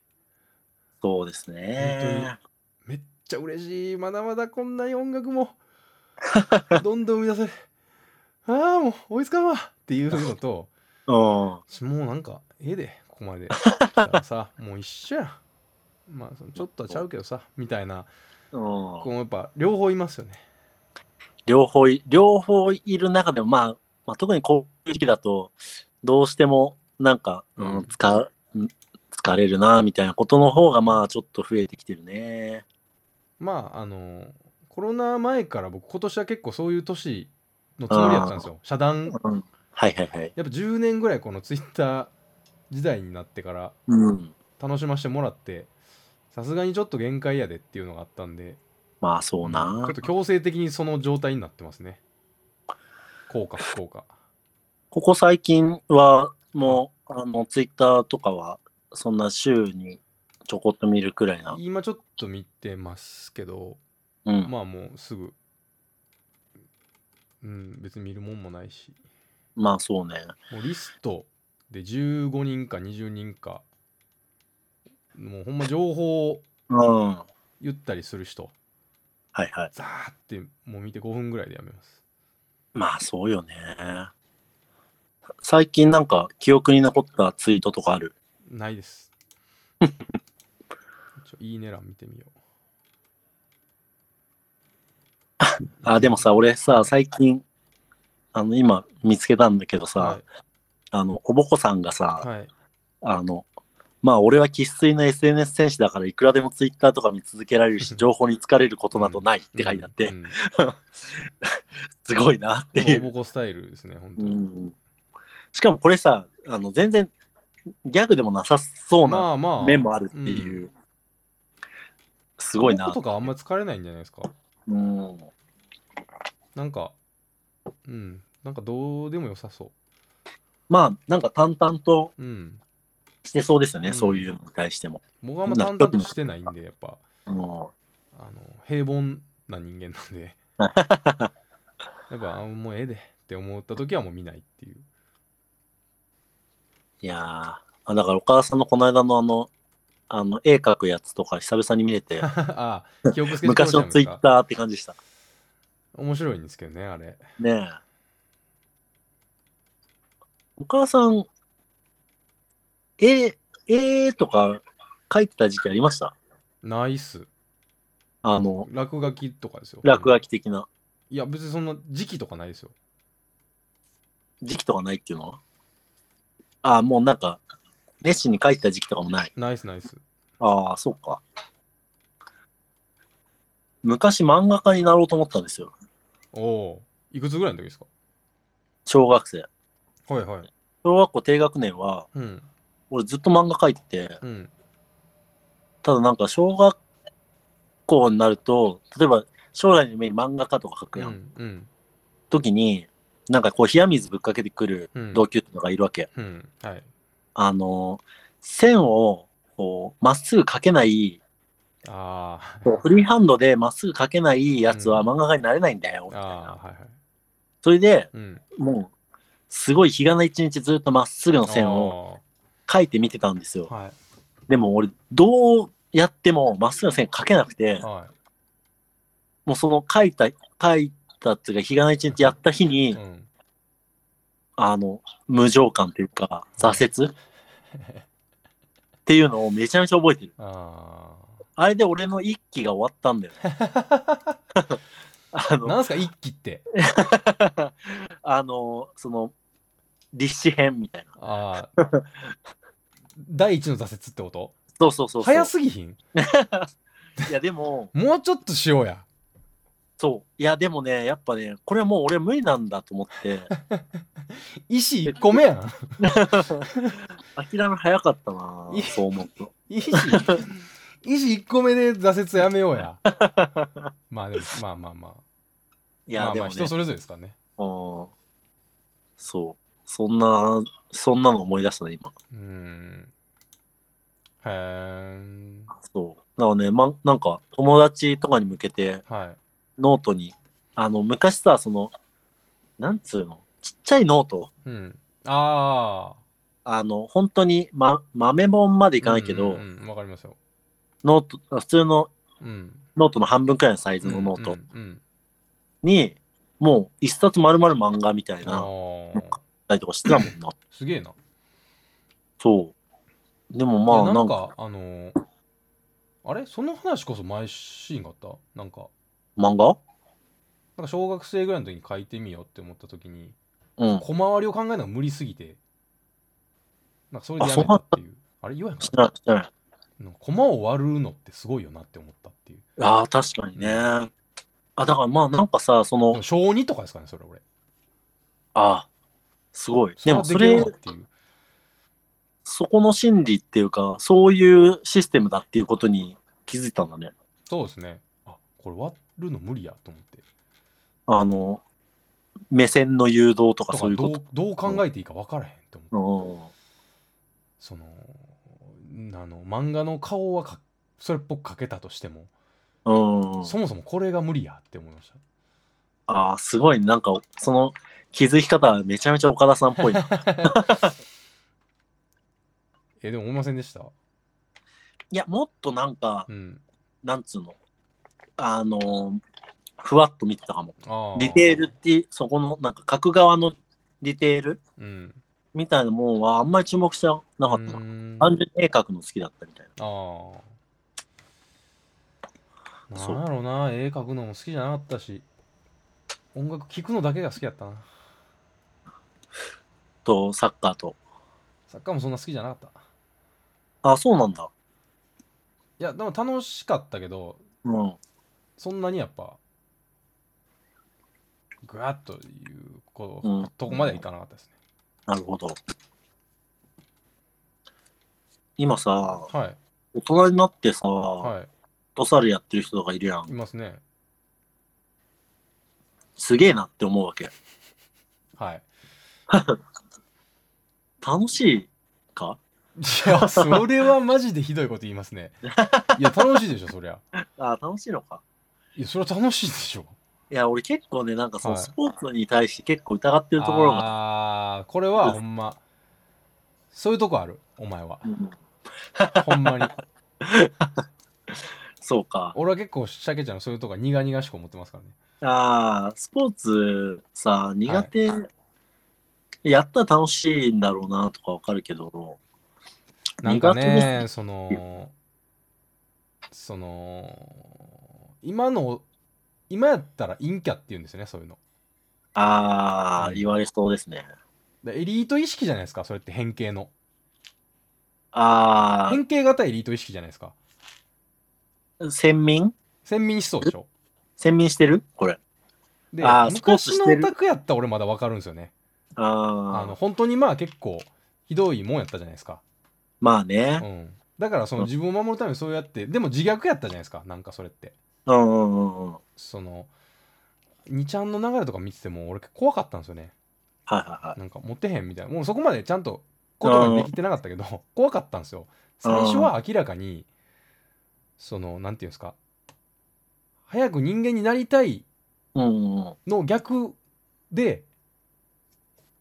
そうですね。めっちゃ嬉しいまだまだこんな音楽もどんどん生み出せるああもう追いつかんわっていうのとうん。もうなんかええでここ まで来たらさもう一緒やんまあそのちょっとはちゃうけどさみたいなうんこうやっぱ両方いますよね両方い、両方いる中でも、まあ、まあ、特にこういう時期だと、どうしても、なんか、うんうん疲うん疲れるな、みたいなことの方が、まあ、ちょっと増えてきてるね。まああのコロナ前から僕今年は結構そういう年のつもりだったんですよ遮断やっうん。はいはいはい。ぱ10年ぐらいこのツイッター時代になってからうん。楽しませてもらってさすがにちょっと限界やでっていうのがあったんでまあ、そうちょなっ。と強制的にその状態になってますね効果不効果ここ最近は、もう、あの、ツイッターとかは、そんな週にちょこっと見るくらいな。今ちょっと見てますけど うん。まあもうすぐうん別に見るもんもないしまあ、そうね。もうリストで15人か20人かもうほんま情報をうん。は言ったりする人いはい。ザーってもう見て5分ぐらいでやめますまあ、そうよね。最近なんか記憶に残ったツイートとかあるないですちょいいね欄見てみようあ、でもさ、俺さ、最近、あの、今見つけたんだけどさ、はあの、おぼこさんがさ、い、はい、あの、まあ、俺は生粋の SNS 選手だから、いくらでも Twitter とか見続けられるし、情報に疲れることなどないって書いてあって、うんうんすごいな っていもうう。おぼこスタイルですね本当うに、ん、しかもこれさ、あの、全然、ギャグでもなさそうまなあまあ面もあるっていう。すごいおぼなこと。かあんま疲れないんじゃないですかうん。なんかうんなんかどうでも良さそまあ、なんか淡々とううんしてそうですよね、うんそういうのに対しても。僕はあんま淡々としてないんでやっぱうんあの平凡な人間なん でやっぱあもうええでって思った時はもう見ないっていう いやーあ、だから岡田さんのこの間のあの、あの、絵描くやつとか久々に 見れて、ああ記憶つけて昔のツイッターって感じでした。面白いんですけどねあれねえ。岡田さん、絵、絵とか描いてた時期ありましたナイスあの、落書きとかですよ落書き的な。いや別にそんな時期とかないですよ時期とかないっていうのはああ、もうなんか、熱心に描いてた時期とかもない。ナイスナイスああ、そうか。昔漫画家になろうと思ったんですよ。おおーいくつぐらいの時ですか小学生。はいはい小学校低学年は、うん俺ずっと漫画描いてて、うんただなんか小学校になると、例えば将来の夢に漫画家とか描くうやん。んうん時に、なんかこう冷や水ぶっかけてくるうん同級生がいるわけ。うんはいあの、線をこうまっすぐ描けない、あーこうフリーハンドでまっすぐ描けないやつはうん漫画家になれないんだよ。みたいあなーはいはいそれでうんもう、すごい日がな一日ずっとまっすぐの線を描いてみてたんですあーよ。はいでも俺、どうやってもまっすぐの線描けなくて、はもうその描いた、描いたっていうか、日がな一日やった日いに、うんあの、無情感というか、挫折っていうのをめちゃめちゃ覚えてる。ああれで俺の一期が終わったんだよね。 ああの、なんすか一気って あの、その、立志編みたいな。ああ 第一の挫折ってことそうそうそうそう。早すぎひんいや、でも、もうちょっとしようやそう。いや、でもね、やっぱね、これはもう俺無理なんだと思って、意思1個目や ん諦め早かったなぁいそう思うと。意思意思1個目で挫折やめようやまあでもまあまあまあいいや、まあでもまあね、人それぞれですからねうんそう。そんな、そんなの思い出したね、今。うーんへえそう。なので、ま、なんか、友達とかに向けて、はいノートに、あの、昔さ、その、なんつうの、ちっちゃいノート、うんあああの、本当に、ま、豆本までいいかないけど、うんうんわかりますよノート、あ普通のうんノートの半分くらいのサイズのノーうトんうんに、もう一冊丸々漫画みたいあな、ーたりとかしてたもん な。すげえなそう。でもいまやあ、ななんんかか、あのーあれその話こそ前シーンがあったなんか漫画なんか小学生ぐらいの時に書いてみようって思った時にうん。小回りを考えるのが無理すぎてなんかそれでやめたっていうあれ言わへんかしてない、してない。ったなんか駒を割るのってすごいよなって思ったっていうああ、確かにね。あ、だからまあ、なんかさ、そでのも、小2とかですかねそれ俺ああ、すごい。でも、そはできれるの、かっていうそこの心理っていうか、そういうシステムだっていうことに気づいたんだね。そうですねあこれ割るの無理やと思ってあの、目線の誘導とかだそかういらうこどとうどう考えていいか分からへんって思って。うそのんあの漫画の顔はかそれっぽく描けたとしても、ん。うん。そもそもこれが無理やって思いましたああ、すごい。なんか、その気づき方はめちゃめちゃ岡田さんっ ぽいな。 えでも思いませんでしたいや、もっとなんか、うんなんつうの、あの、ふわっと見てたかも。あディテールルって、そこの、なんか、角側のディテールうんみたいなもんはあんまり注目してなかったな。うーん単純に絵描くの好きだったみたいな。ああそうなんやろうな絵描くのも好きじゃなかったし音楽聴くのだけが好きやったなと、サッカーと。サッカーもそんな好きじゃなかったあ、そうなんだ。いやでも楽しかったけどうん。そんなにやっぱグワッというこ,、うんとこまではいかなかったですねなるほど。今さ、はい大人になってさ、はいフットサルやってる人とかいるやいん。ますね。すげえなって思うわけ。 はい。楽しいかいや、それはマジでひどいこと言いますね。いや、楽しいでしょ、そりゃ。あ、楽しいのか。いや、それは楽しいでしょ。いや、俺結構ね、なんかそのはいスポーツに対して結構疑ってるところが。ああ、これはほんま、そういうとこある、お前はう。んほんまに。そうか。俺は結構、シャケちゃんのそういうとこは苦々しく思ってますからね。ああ、スポーツさ、苦手、やったら楽しいんだろうなとかわかるけど、なんか苦手ね、その、その、今の、今やったら陰キャって言うんですよね、そういうの。ああ、うん言われそうですね。でエリート意識じゃないですか、それって変形の。あ変形型エリート意識じゃないですか。あ、先民先民思想でしょ。先民してるこれ。であースポーツ昔しのてオるタクやったら俺まだわかるんですよねああのあ、本当にまあ結構ひどいもんやったじゃないですか、まあうね。ん、だからその自分を守るためにそうやってでも自虐やったじゃないですかなんかそれってうんうんうんうん。その2ちゃんの流れとか見てても俺怖かったんですよねはいはいはい。なんか持ってへんみたいなもうそこまでちゃんと言葉できてなかったけど怖かったんですよ最初は明らかにそのなんていうんですか早く人間になりたいうんうん。の逆で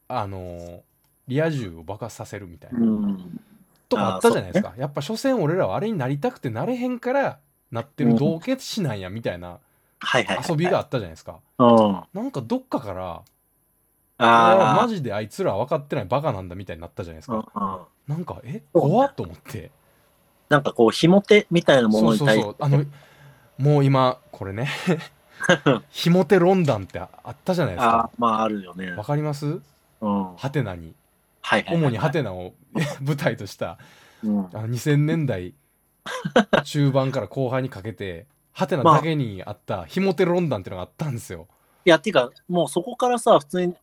あのーリア充を爆発させるみたいな、うん。とかあったじゃないですか、やっぱ所詮俺らはあれになりたくてなれへんからなってる同結視なんやみたいなはいはいはい。遊びがあったじゃないですか、うん。あなんかどっかからあマあー。ジであいつら分かってないバカなんだみたいになったじゃないですうか、んうんなんかえそうね怖っと思ってなんかこう、紐手みたいなもそのうにそう対そしうあのもう今これねひも手論談ってあったじゃないて、ですあかあ、まああるよね。わかりますうん。はいハテナにはいはい。主にハテナを舞台としたうん。あの2000年代中盤から後半にかけてハテナだけにあったひも手論談っていうのがあったんですよ。いや、てか、もうそこからさ、普通に、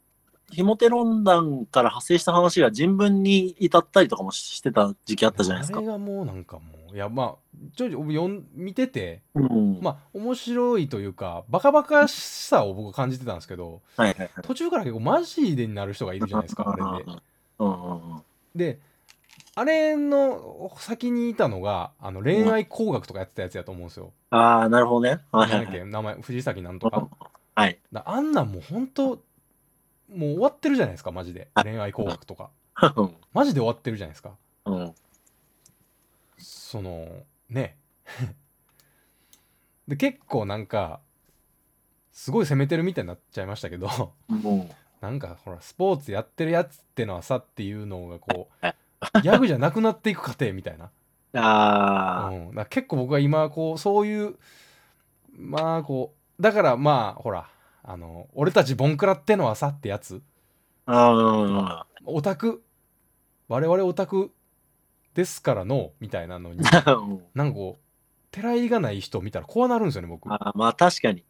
ひもて論壇から派生した話が人文に至ったりとかもしてた時期あったじゃないですあかれ。がもうなんかもういやまあちょいちょい読ん見ててうん。まあ面白いというかバカバカしさを僕は感じてたんですけどはいはいはい。途中から結構マジでになる人がいるじゃないですかあれで。うんうんうん。であれの先にいたのがあの恋愛工学とかやってたやつやと思うんですよ。ああ、なるほどね。はいはなんいはだっい。け名前藤崎なんとか。はい。だあんなんもう本当もう終わってるじゃないですかマジであ恋愛工学とかうんマジで終わってるじゃないですかうん。そのね で結構なんかすごい攻めてるみたいになっちゃいましたけど もなんかほらスポーツやってるやつってのはさっていうのがこはいうギャグじゃなくなっていく過程みたいな、う、ああ、うん、だから結構僕は今こうそういうまあこうだからまあほらあの俺たちボンクラってのはさってやつあオタク我々オタクですからのみたいなの にあ、うんなんかこうてらいがない人見たらこうなるんですよね僕、あーまあ確かに。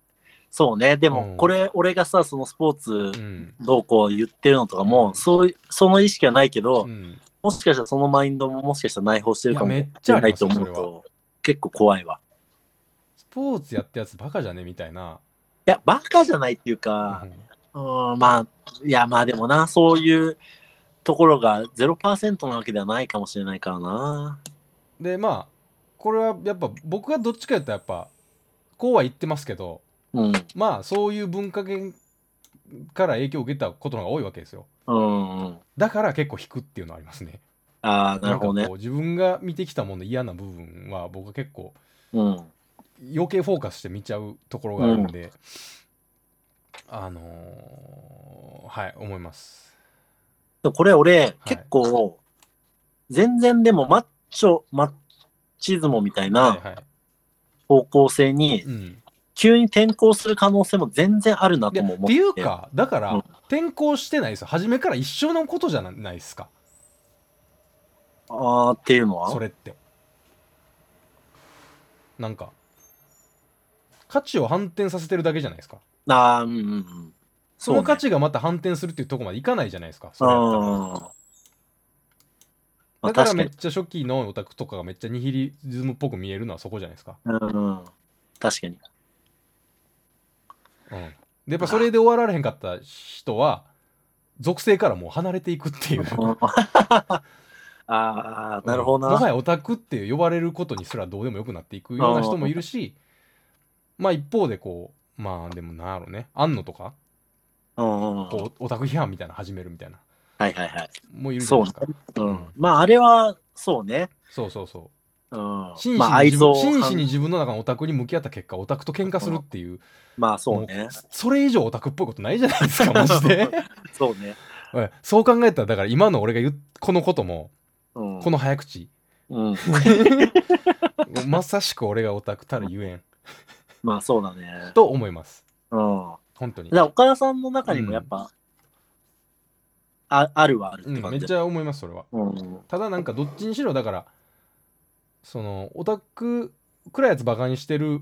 そうね。でうんも、これ、俺がさ、そのスポーうツんどうこう言ってるのとかも、そういう、その意識はないけど、うん、もしかしたらそのマインドももしかしたら内包してるかもいやめっしちゃあれなりいまとすよ思うと、結構怖いわ。スポーツやったやつバカじゃねみたいないや、バカじゃないっていうかう、んうん、まあ、いや、まあでもな、そういうところが0%なわけではないかもしれないからな。でまあこれはやっぱ僕がどっちかやったらやっぱこうは言ってますけどうん。まあそういう文化圏から影響を受けたことの方が多いわけですようんうん。だから結構引くっていうのはありますねああ、なるほどんかねこ。う自分が見てきたものの嫌な部分は僕は結構うん。余計フォーカスして見ちゃうところがあるんで、あのーはい思いますでもこれ俺、結構、全然でもマッチョ、マッチズモみたいはいなはい方向性にう、ん、急に転向する可能性も全然あるなでとも思っってて。いうかだから、うん転校してないですよ初めから一緒のことじゃなないですかああ、っていうのはそれってなんか価値を反転させてるだけじゃないですかああ、うんうんうん。その価値がまた反転するっていうところまでいかないじゃないですかそそうね。うれやっんまあ。たらだから確かめっに。ちゃ初期のオタクとかがめっちゃニヒリズムっぽく見えるのはそこじゃないですかうん。確 かに。うん、でやっぱそれで終わられへんかった人は属性からもう離れていくっていううんああ、 なるほどうんもはな。やオタクって呼ばれることにすらどうでもよくなっていくような人もいるしまあ一方でこうまあでもなんやろねあんのとかうんうんうん。こうオタク批判みたいなの始めるみたいなはいはいはい。もういるじゃないですかううんん。まあ、あれは、そうね。そうそうそううん。真摯に,、まあ、愛憎。真摯に自分の中のオタクに向き合った結果オタクと喧嘩するっていうまあ、そうねも。それ以上オタクっぽいことないじゃない ですかマジでそうね。おいそう考えたらだから今の俺が言うこのこともうん。この早口うん。まさしく俺がオタクたるゆえんまあ、そうだね。と思います。うん。本当にだか。ら岡田さんの中にもやっぱ、ああるはあるっうてん、感めじっちゃ思います、それは。うん。ただなんかどっちにしろだから、そのオタクくらいやつバカにしてる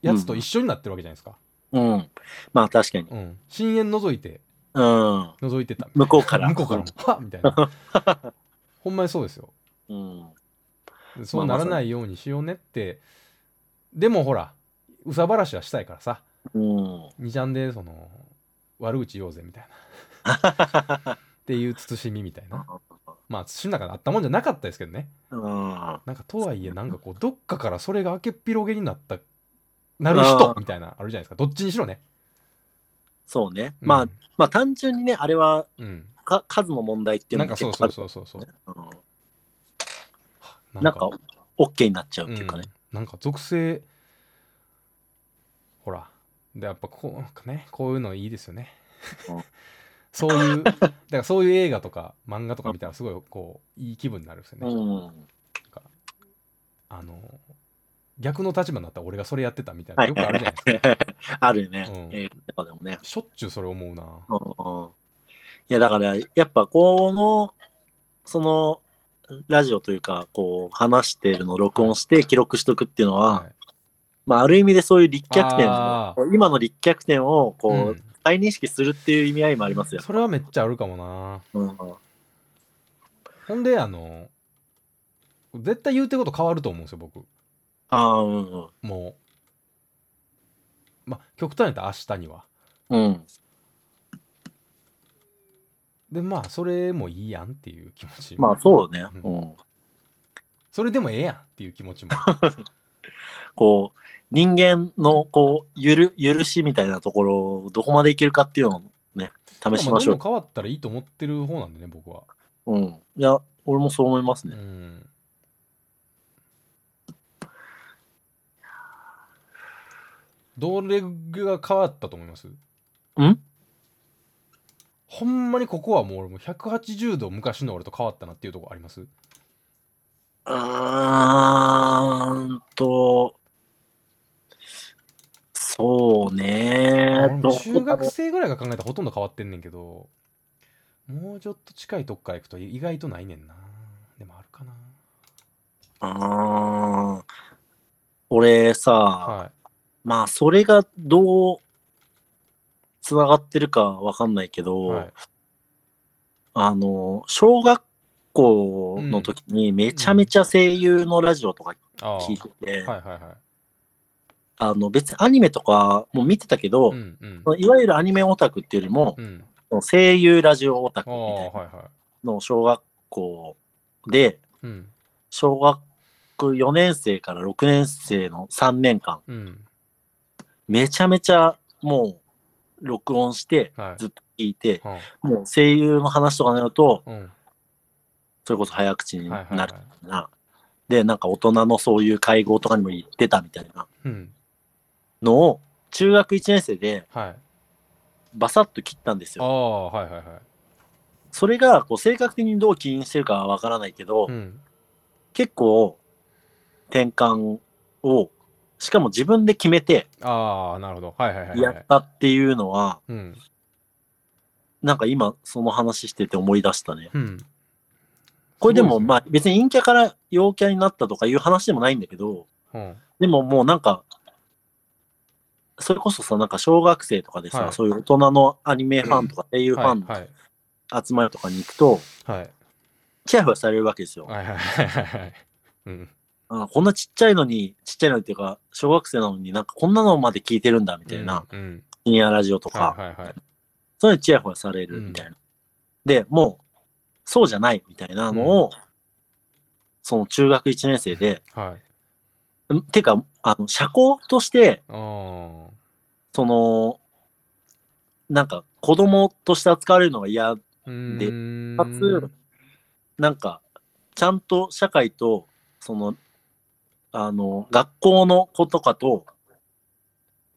やつと一緒になってるわけじゃないですか。うん。まあ確かに。うん。深淵覗いて、うん。覗いてた。向こうから。向こうからも、はっみたいな。 ほんまにそうですよ。うん。そうならないようにしようねって。でもほら、うさばらしはしたいからさ、うん。 2ちゃんでその、悪口言おうぜみたいなっていう慎みみたい なまあ土の中であったもんじゃなかったですけどねうん。なんかとはいえなんかこうどっかからそれが明けっぴろげになったなる人あーみたいなあるじゃないですかどっちにしろね、そうね。うんまあ、まあ単純にね、あれはうん、か数の問題っていうのなんがか結そう構そあうるそうそうそううんななんか、OK になっちゃうっていうかね。うん、なんか属性ほらでやっぱこうなんかねこういうのいいですよねうん そういうだからそういう映画とか漫画とか見たらすごいこういい気分になるんですよね、うん。あの逆の立場になったら俺がそれやってたみたいなはよくあるじゃないですか、い。 あるねうん。映画とかでもね。しょっちゅうそれ思うなうんうんいや、だから、やっぱこの、その、ラジオというか、こう、話してるのを録音して記録しとくっていうのは、はいまあ、ある意味でそういう立脚点あを、今の立脚点を、こう、うん再認識するっていう意味合いもありますよ。それはめっちゃあるかもなうんほんであの絶対言うてること変わると思うんですよ僕ああ、うんもうまあ極端に言ったら明日にはうん。うん。でまあそれもいいやんっていう気持ちもまあ、そうね。ううん。それでもええやんっていう気持ち もこう、人間の、こう、ゆる、許しみたいなところを、どこまでいけるかっていうのをね、試しましょあどんどん変わったらいいと思ってる方なんでね僕はう。うん。いや、俺もそう思いますうね。んどれが変わったと思いますんほんまにここはもう俺も180度昔の俺と変わったなっていうとこありますうーんと、そうね俺。も中学生ぐらいが考えたらほとんど変わってんねんけどもうちょっと近いとこから行くと意外とないねんなでもあるかなあー俺さ、はまあ、それがどう、つながってるかわかんないけいど、はいあの、小学校の時にめちゃめちゃ声優のラジオとかああ聞いてて、はいはいはいあの、別にアニメとかも見てたけど、うんうんそのいわゆるアニメオタクっていうよりもう、んその声優ラジオオタあクみあたいはいなはのを小学校で、いうん小学4年生から6年生の3年間、うんめちゃめちゃもう録音してはいずっと聞いて、はもう声優の話とかになると、あうんそれこそ早口にはないるみたはいはいいな。で、なんか大人のそういう会合とかにも行ってたみたいなうんのを、中学1年生ではいバサッと切ったんですあよ。あはいはいはいそれがこう性格的にどう起因してるかはわからないけど、うん結構転換を、しかも自分で決めてああなるほどはいはいはいやはいったっていうのは、うんなんか今その話してて思い出したね。うんこれでもすごいですねまあ別に陰キャから陽キャになったとかいう話でもないんだけど、うんでももうなんか、それこそさ、なんか小学生とかでさ、はいそういう大人のアニメファンとか声優ファはいンはいの集まりとかに行くと、はいチヤホヤされるわけですよ。はいはいはいはいはいうんあこんなちっちゃいのに、ちっちゃいのっていうか、小学生なのになんかこんなのまで聞いてるんだみたいな、うんうん深夜ラジオとか、はいはいはいそういうのチヤホヤされるみたいな。で、もう、そうじゃないみたいなのを、その中学1年生で、はいんてか、あの、社交として、ああその、なんか子供として扱われるのが嫌、うーでんかつなんか、ちゃんと社会と、その、あの、学校の子とかと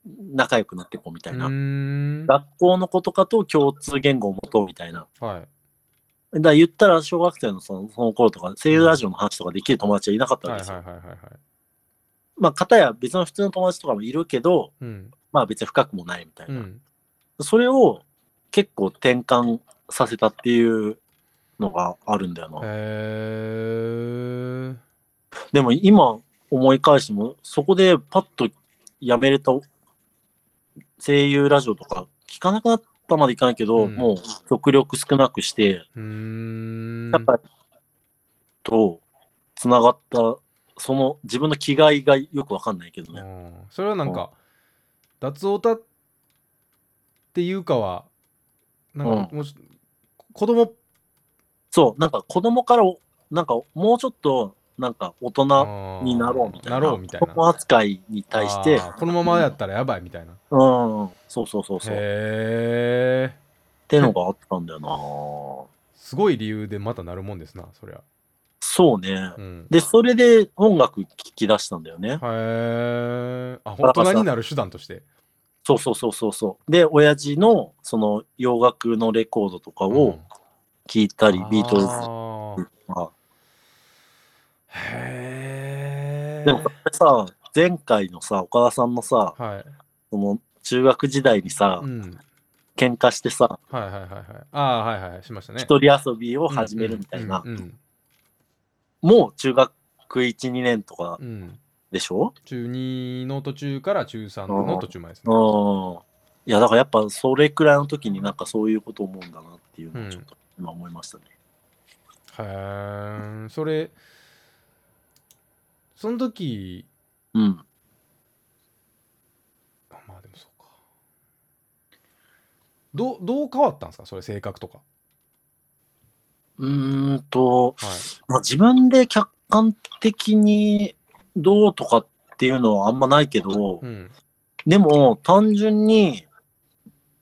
仲良くなっていこうみたいうな。ーんは学校の子とかと共通言語を持とうみたいな。いだから言ったら小学生のそのその頃とか、声優ラジオの話とかできる友達はいなかったわはいはいけはですいよ。はいはいまあ、片や別の普通の友達とかもいるけど、うんまあ別に深くもないみたいうな。んそれを結構転換させたっていうのがあるんだよへな。えでも今思い返しても、そこでパッとやめれた声優ラジオとか聞かなくなったまでいかないけど、うんもう極力少なくして、うーん社会とつながった、その自分の気概がよくわかんないけどね。うんそれはなんか脱オタっていうかはなんかもうちょ子供そう、なんか子供からお、なんかもうちょっと、なんか大人になろうみたいな。なろうみたいな子供扱いに対して、あーこのままやったらやばいみたいな、うん、そうそう そうそう。っへえてのがあったんだよな。すごい理由でまたなるもんですなそりゃ、そうね。うん、で、それで音楽聴き出したんだよね。へえあ大人になる手段としてそうそうそうそうそう。で、親父のその洋楽のレコードとかを聴いたり、ビートルズとズか。へえでもこれさ、前回のさ、岡田さんのさ、はい、その中学時代にさう、ん、喧嘩してさ、はいはいはいはいああはいはいしましたね一人遊びを始めるみたいなう。んうんもう中学1、2年とかうんうんでしょ中2の途中から中3の途中までですねうん。いや、だからやっぱそれくらいの時になんかそういうこと思うんだなっていうのをちょっと今思いましたね。へえそれその時うん。あまあでもそうかどうどう変わったんですかそれ性格とかうーんと、はいまあ、自分で客観的にどうとかっていうのはあんまないけど、うんでも単純に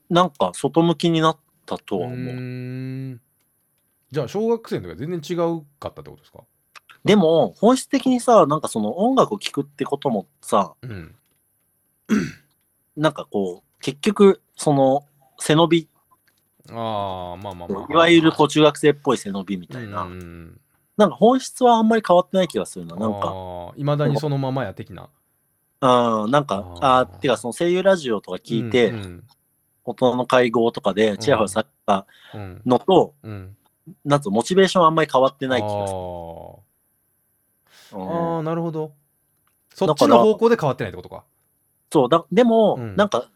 なんか外向きになったとはう思う。ーんじゃあ小学生の時は全然違うかったってことですかでも本質的にさ、なんかその音楽を聴くってこともさ、うんなんかこう、結局その背伸び、ああまあまあまあいわゆるこう中学生っぽい背伸びみうたいんな、うんなんか本質はあんまり変わってない気がするな。なんか、いまだにそのままや的なうん、なんか、あああーてかその声優ラジオとか聞いて、うんうん大人の会合とかでチヤホヤされたうんのと、うんなんつうのモチベーションはあんまり変わってない気がする。あうーあんーなるほどそっちの方向で変わってないってことかそうだでも、うんなんか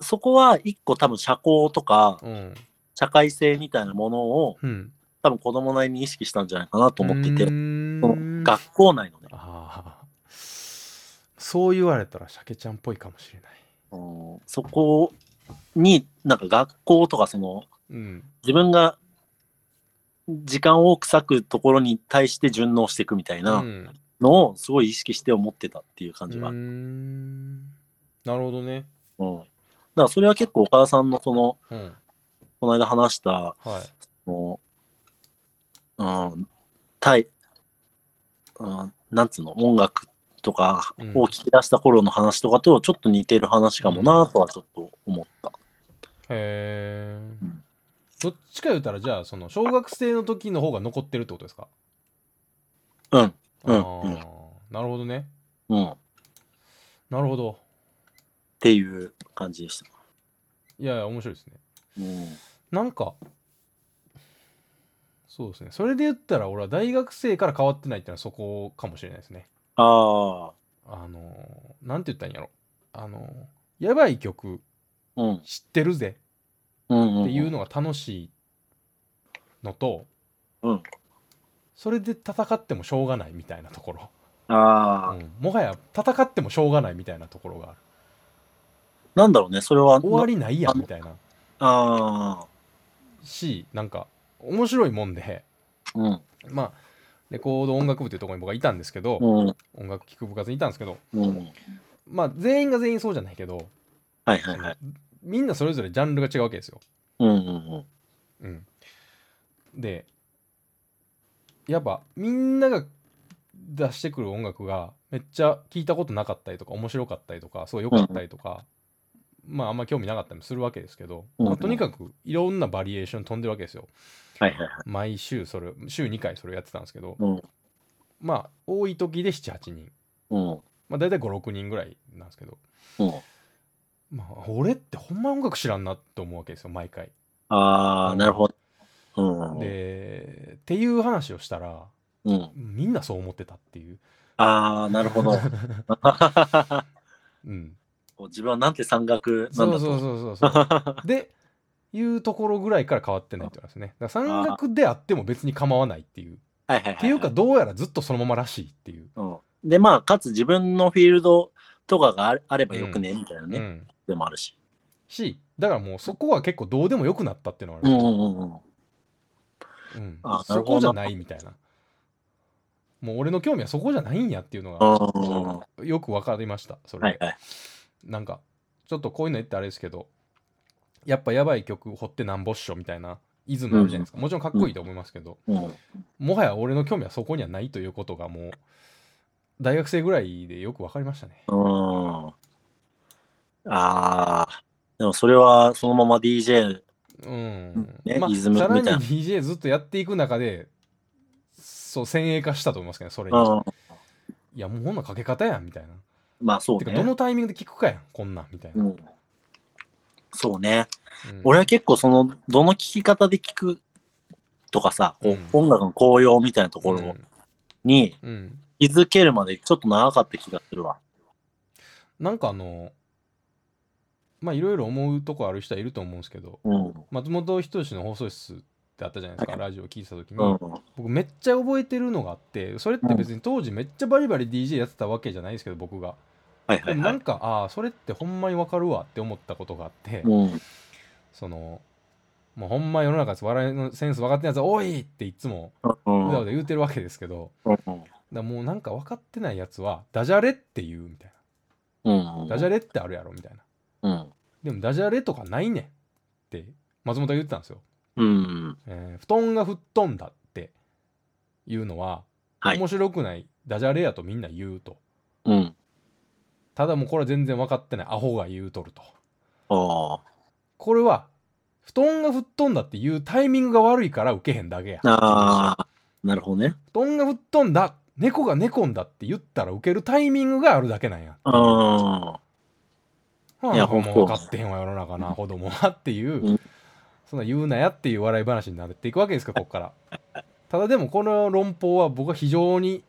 そこは一個多分社交とかうん社会性みたいなものをうん多分子供なりに意識したんじゃないかなと思ってうて、ーんその学校内のね、ああそう言われたら鮭ちゃんっぽいかもしれないうんそこになんか学校とかそのうん自分が時間を多く割くところに対して順応していくみたいうなんのをすごい意識して思ってたっていう感うじはあるーんなるほどねうん。だからそれは結構岡田さんのその、うんこの間話した、はいそのうん、対、うん、なんつうの、音楽とかうんを聞き出した頃の話とかとちょっと似てる話かもなとはちょっと思った。へえうんどっちか言うたらじゃあその小学生の時の方が残ってるってことですかうん、うんあーうんなるほどねうん。っなるほどていう感じでした。いやいや面白いですねうん。なんかそうですねそれで言ったら俺は大学生から変わってないってのはそこかもしれないですねああ、あのーなんて言ったらいいんやろあのーやばい曲うん。知ってるぜうん、うん。っていうのが楽しいのと、うんそれで戦ってもしょうがないみたいなところ、ああ、うんもはや戦ってもしょうがないみたいなところがあるなんだろうね、それは。終わりないやんみたいなああ、しなんか面白いもんでうん、まあレコード音楽部というところに僕はいたんですけど、うん、音楽聴く部活にいたんですけどうん。まあ全員が全員そうじゃないけど、はいはいはい。みんなそれぞれジャンルが違うわけですよ。うん、うん、うん、でやっぱみんなが出してくる音楽がめっちゃ聞いたことなかったりとか面白かったりとかすごい良かったりとか、まああんま興味なかったりもするわけですけど、うんまあとにかくいろんなバリエーション飛んでるわけですよ。はいはいはい。毎週それ週2回それやってたんですけど、うん、まあ多い時で78人、うん、まあ、大体56人ぐらいなんですけど、うん。まあ、俺ってほんま音楽知らんなって思うわけですよ毎回。ああ、なるほど。うん。でっていう話をしたらうん、みんなそう思ってたっていう。ああ、なるほ ど。うん、自分はなんて山岳なそんうだと。そうそうそうそう。でいうところぐらいから変わってないってことなんですね。だから山岳であっても別に構わないっていう。はいはいはい。っていうかどうやらずっとそのままらしいっていう。うん、で、まあ、かつ自分のフィールドとかがあれあればよくね、みたいなうね、ん、でもあるし。しだからもうそこは結構どうでもよくなったっていうのはあうる、んうんうんうん。うんあなそるほどこじゃないみたいなもう俺の興味はそこじゃないんやっていうのあがーよく分かりましたそれで、はいはい。なんかちょっとこういうの言ってあれですけどやっぱやばい曲掘ってなんぼっしょみたいなイズムあるじゃないですか、もちろんかっこいいと思いますけど、うん。もはや俺の興味はそこにはないということがもう大学生ぐらいでよく分かりましたねうん。ああ。でもそれはそのまま DJ。うん、ねまあイズムみさたいらなに DJ ずっとやっていく中でそう先鋭化したと思いますけどねそれに、うん。いやもうこんなかけ方やんみたいなまあそうてかどね。のタイミングで聞くかやんこんなんみたいな、うん。そうね。うん俺は結構その、どの聴き方で聴くとかさ、こううん音楽の効用みたいなとこうろんにうん気づけるまでちょっと長かった気がするわ。なんかあのまあいろいろ思うとこある人はいると思うんですけどうん。松本人志の放送室ってあったじゃないですかラジオ聞いた時に、うん。僕めっちゃ覚えてるのがあってそれって別に当時めっちゃバリバリ DJ やってたわけじゃないですけど僕がはいはでいもなはいん。かああそれってほんまにわかるわって思ったことがあって、うん。そのもうほんま世の中笑いのセンス分かってないやつは「おい!」っていつもうんうだうだ言うてるわけですけど、うん。だからもうなんか分かってないやつは「ダジャレ」って言うみたいうん。な「ダジャレ」ってあるやろみたいなうん。でもダジャレとかないねんって松本が言ってたんですよ、うん。えー布団が吹っ飛んだっていうのは、はい面白くないダジャレやとみんな言うとうん。ただもうこれは全然分かってないアホが言うとるとああ。これは布団が吹っ飛んだっていうタイミングが悪いから受けへんだけやああ。なるほどね。布団が吹っ飛んだ猫が猫んだって言ったら受けるタイミングがあるだけなんやあはいやもほうんと分かってへんわ世の中 なうんほどもはっていう、うんそんな言うなやっていう笑い話になっていくわ けですかここからただでもこの論法は僕は非常に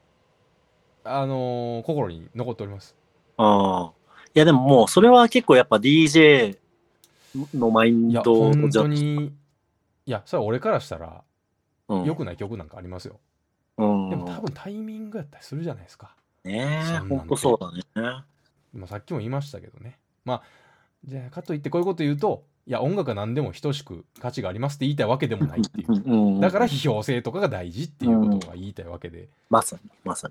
あのー心に残っておりますあ。ああ。いやでももうそれは結構やっぱ DJ のマインいやド本じゃ当にいやそれは俺からしたらうん良くない曲なんかありますよ、うんでも多分タイミングやったりするじゃないですかねそんえなんてほんとそうだねまあさっきも言いましたけどねまあじゃあかといってこういうこと言うといや音楽は何でも等しく価値がありますって言いたいわけでもないっていううんうんだから批評性とかが大事っていうことが言いたいわけで、まさにまさ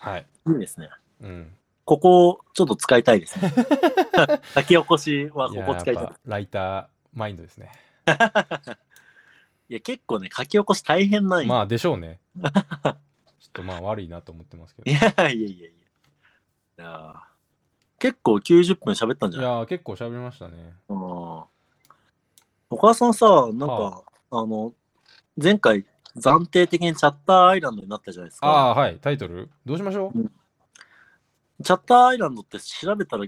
はい、にいいですねうん、ここをちょっと使いたい ですね先起こしはこいやこ使いたやいっぱライターマインドですねいや結構ね書き起こし大変なんよまあでしょうねちょっとまあ悪いなと思ってますけ いどやいやいやいやいや結構90分喋ったんじゃいないや結構喋りましたねうんお母さんさなんか、はあの前回暫定的にチャッターアイランドになったじゃないですあかあはいタイトルどうしましょチャッターアイランドって調べたら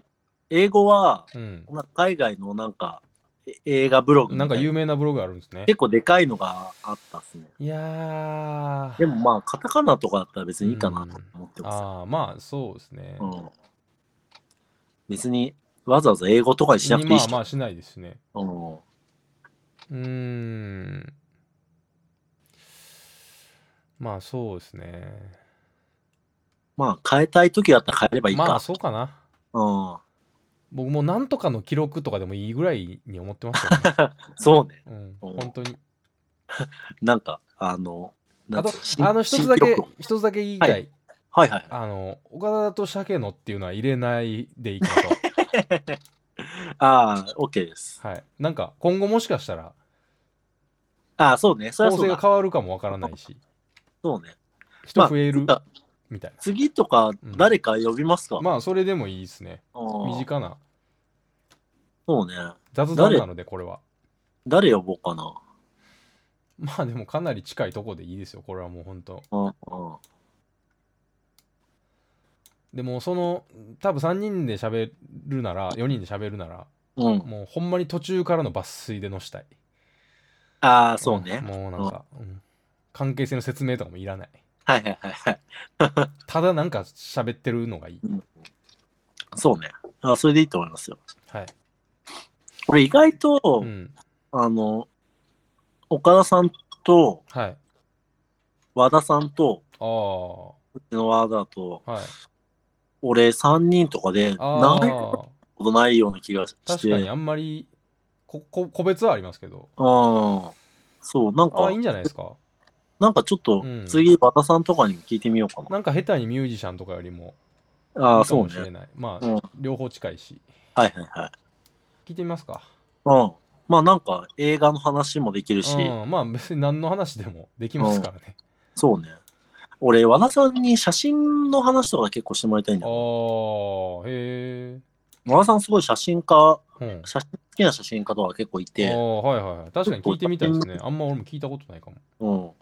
英語はう、うん、なんか海外のなんかえ映画ブログみたないんか有名なブログあるんですね結構でかいのがあったっすね。いやーでもまあ、カタカナとかだったら別にいいかなと思ってます。ああまあそうですね、うん別にわざわざ英語とかにしなくていいまあし。まあしないですねうんうーんまあそうですねまあ、変えたい時だったら変えればいいか。まあそうかなう僕もうなんとかの記録とかでもいいぐらいに思ってます よ、ねん、そうね。うん、うん本当になんか、あの、なあんとつう新あの一つだけ新記録一つだけ言いたい、ははいはいはあの岡田と鮭のっていうのは入れないでいいかい。ああ、OK です。 とはいなんか今後もしかしたらああ、そうね。それは構そう成がだ。変わるかもわからないしそうね。人増えるまあみたいな次とか、誰か呼びますか、まあそれでもいいですねうん身近なそうね。雑談なのでこれは誰呼ぼうかな。まあでもかなり近いとこでいいですよこれはもう本当うんうん。でもその多分3人で喋るなら4人で喋るならうん、もうほんまに途中からの抜粋でのしたいああ、そうね。もうなんか、うん関係性の説明とかもいらないはいはいはいはい。ただなんか喋ってるのがいいそうね。あそれでいいと思いますよ。はい、これ意外と、うん、あの、岡田さんとはい和田さんと、ああはうちの和田と、い俺3人とかで、あ長いこーことないような気がして。確かにあんまりここ個別はありますけどうん。そう、なんあかいい、んじゃないですかなんかちょっとうん、次、和田さんとかにも聞いてみようかな。なんか下手にミュージシャンとかよりもあいあ、いかそうもしれね。ない、まあ、うん両方近いしはいはいはい。聞いてみますかうん。まあなんか映画の話もできるし、うん、まあ別に何の話でもできますからね、そうね。俺、和田さんに写真の話とか結構してもらいたいんだあよ。あへえ和田さんすごい写真家、うん写真好きな写真家とか結構いあーて、はいはいはい確かに聞いてみたいですねあんま俺も聞いたことないかも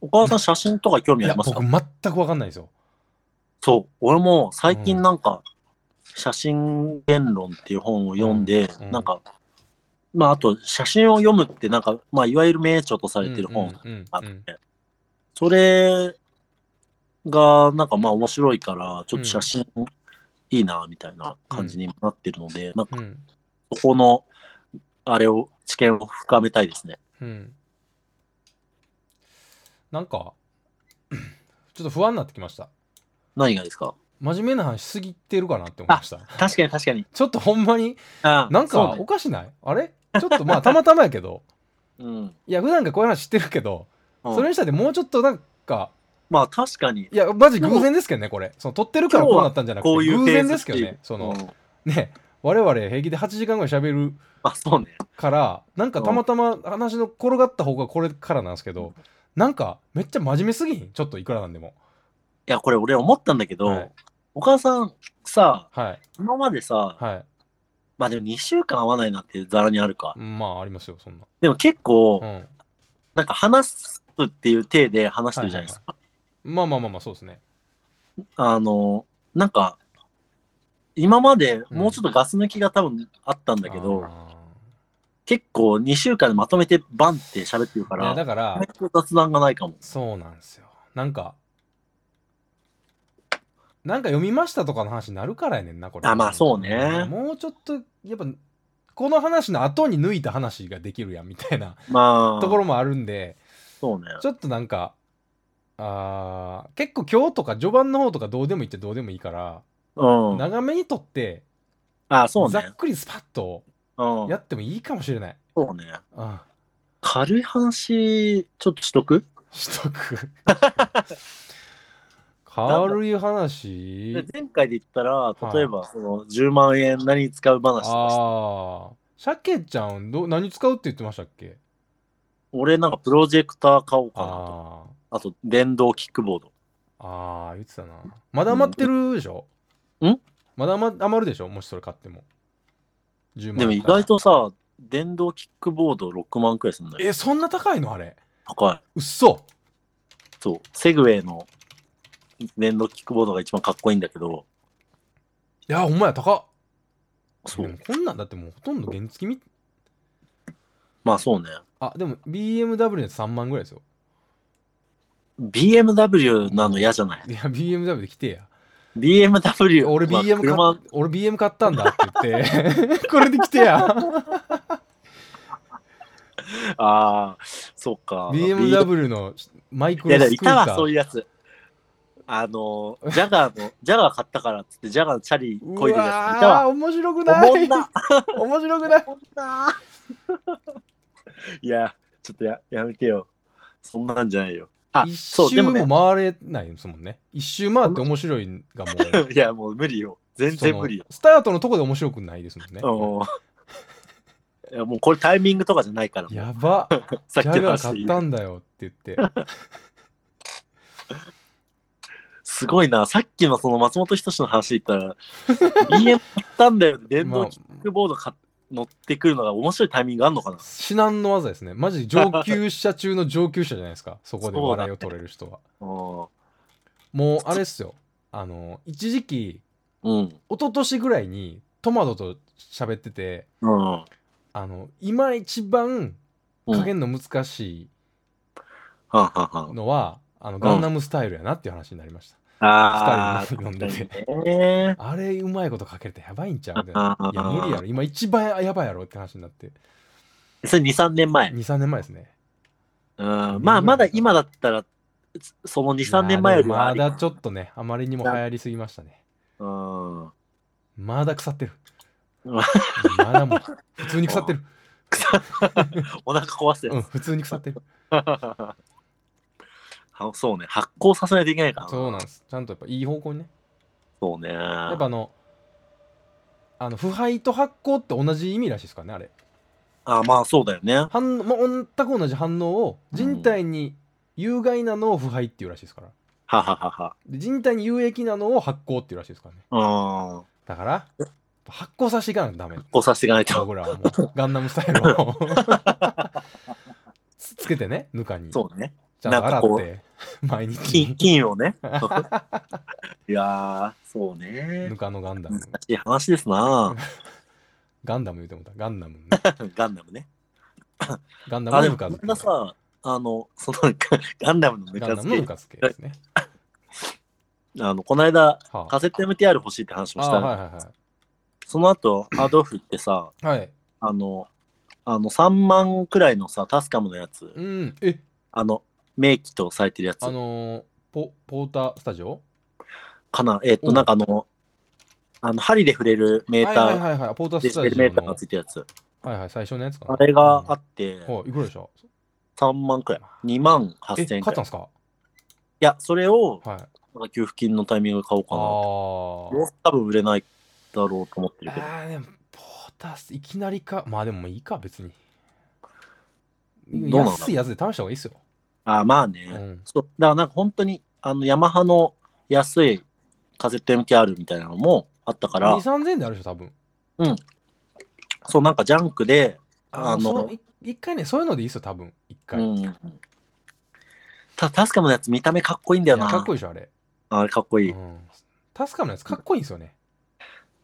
うん。岡田さん写真とか興い味あやりますか僕全く分かんないですよそう。俺も最近うんなんか、写真言論っていう本を読んで、うんうんなんか、まああと写真を読むってなんか、まあいわゆる名著とされてる本うんうんあっうて、んそれがなんかまあ面白いからちょっと写真いいなみたいな感じになってるので、なんうかんそこのあれを知見を深めたいですね。うんなんか ちょっと不安になってきました何がですか真面目な話しすぎてるかなって思いました確かに確かに。ちょっとほんまにあなんかおかしない、あれちょっとまあたまたまやけど そうねいや普段からこういう話知ってるけどうん、それにしたってもうちょっとなんかまあ確かに。いやマジ偶然ですけどねこれその撮ってるからこうなったんじゃなくてこういう偶フェー然ズでっすてけいうどねそのうんね我々平気で8時間ぐらい喋る あそうね。からなんかたまたま話の転がった方がこれからなんですけどなんかめっちゃ真面目すぎんちょっといくらなんでもいやこれ俺思ったんだけど、はいお母さんさはい今までさ、はまあでも2週間会わないなってざらにあるかい。まあありますよそんなでも結構、うんなんか話すっていう体で話してるじゃないですか。まあまあまあまあそうですねあの、なんか、今までもうちょっとガス抜きが多分あったんだけど、あ結構2週間でまとめてバンって喋ってるかーいやら、だから意外と雑談がないかも。そうなんですよなんかなんか読みましたとかの話になるからやねんなこれあまあそうねもうちょっとやっぱこの話の後に抜いた話ができるやんみたいなまあ、ところもあるんでそうね。ちょっとなんかあー結構今日とか序盤の方とかどうでもいいってどうでもいいから、うん。長めにとってあそうざねっ。くりスパッとうん。やってもいいかもしれない、そうね。うん、軽い話、ちょっとしとくし とく軽い話で前回で言ったらい、例えば、その10万円何に使う話とかしてああ。鮭ちゃんど、何使うって言ってましたっけ俺なんかプロジェクター買おうかなと。ああと、電動キックボード。あ。ああ、言ってたな。まだ余ってるでしょんまだ余余るでしょもしそれ買っても。10万でも意外。とさ、電動キックボード6万くらいするんだよ。え、そんな高いのあれ。高い。うっそ。そう。セグウェイの電動キックボードが一番かっこいいんだけど、いや、ほんまや、高っ。そでもう。こんなんだってもうほとんど原付み。まあそうね。あ、でも BMW のやつ3万ぐらいですよ。 BMW なの嫌じゃない。いや、BMW で来てや。 BMW。俺まあ BM 車買っ俺 BM 買ったんだって言って、こ れで来てや。ああ、そうか。B- BMW のマイクいやロいや、スいクーたター。わ、そういうやつ。あの、ジャガー の、ジャガー買ったからっつって、ジャガーのチャリうこいでるやつ。いたわーわ。面白くおないもんな。面白くないおもんな。 いや、ちょっとややめてよ。そんなんじゃないよ。あ、一そう、で周もね。も回れないですもんね一周回って面白いがも ういや、もう無理よ。 全そ然の無理よ。スタートのとこで面白くないですもんねうん。い や、もうこれタイミングとかじゃないから。やば さっジきのャガ話でー買言っうたんだよって言ってすごいな。さっきのその松本人志の話で言ったら、BM 買 ったんだよ。電動キックボード買っ乗ってくるのが面白いタイミングあんのかな至難の技ですねマジ上級者中の上級者じゃな いですかそこで笑いを取れる人はうんもうあれっすよあの一時期うん。一昨年ぐらいにトマトと喋っててうん。あの今一番うん。加減の難しいはんはんはんのは、あのガンダムスタイルやなっていう話になりました、あー二人で飲んでて確かにねあれうまいことかけるとやばいんちゃうみたいなあーいや無理やろ今一番やばいやろって話になってそれ2、3年前。 23年前ですねうん。まあ、まだ今だったら、その2、3年前よりいはやありでもかまだちょっとねあまりにも流行りすぎましたねうん。まだ腐ってるまだもう普通に 腐ってる、お腹壊すやつう。ん、普通に腐ってる あそうね、発酵させないといけないからな。そうなんですちゃんとやっぱいい方向にねそうね。ややっぱあのあの腐敗と発酵って同じ意味らしいですからねあれあまあそうだよね。反応、まあ、全く同じ反応をうん人体に有害なのを腐敗っていうらしいですからはははで人体に有益なのを発酵っていうらしいですからねは。うん。だからやっぱ発酵させていかないとダメこうさせていかないと。僕らはもうガンダムスタイル をつつけてねぬかにそうね。ちゃんと洗なんかこって毎金日金を ね。 いやー、そうねぬ。かのガンダム難しい話ですな。ガンダム言うてもうたガンダ ムねガンダムね。ガンダあ、でムのぬもかこん漬けなさ、あの、そのガンダムのぬガかンダムのぬ漬け、か漬けですねあのこの間、はあカセット MTR 欲しいって話もしあた、はいはその後、アドフってさ、いはいはいあの、あの3万くらいのさ、タスカムのやつ、うんえあの、名機とされてるやつあのーポポータースタジオかな、えっ、おと、なんかあの、あの針で触れるメータはいー、はいはいはいポーターデスジタタルジメオーターがのついてるやつ、はいはい最初のやつかなあれがあっって、はいいくらでした3万くらい、2万8千え買円っくらたんい。ですかいや、それを、はいなんか給付金のタイミングで買おうあかな。ー多分売れないだろうと思ってるけど。あーでもポータースいきなりかまあでももういいか別にどうなんだろう安いやつで試した方がいいっすよ、ああ、まあね。うん、そう。だからなんか本当に、あの、ヤマハの安いカセット MTR みたいなのもあったから、 23000円であるでしょ多分そう、なんかジャンクで、ああののそのい一回ねそういうのでいいっすよ多分う一回、いん。ただ、タスカムのやつ見た目かっこいいんだよやな。かっこいいでしょあれ、あれかっこいい。うん、タスカムのやつかっこいいんですよね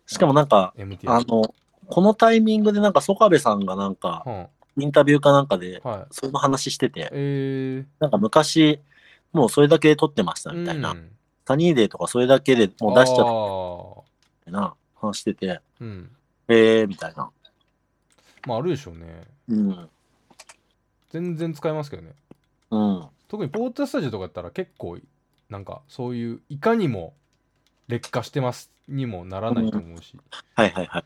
しかもなんか、 MT あの、このタイミングでなんか、ソカベさんがなんか、うんインタビューかなんかで、はいその話してて、えなんか昔、もうそれだけで撮ってましたー、みたいな。うんサニーデーとかそれだけでもう出しちゃったみあたいな話してて、ーうんえーみたいな。まああるでしょうねうん。全然使えますけどねうん。特にポータースタジオとかやったら結構なんかそういういかにも劣化してますにもならないと思うし、はいはいはい。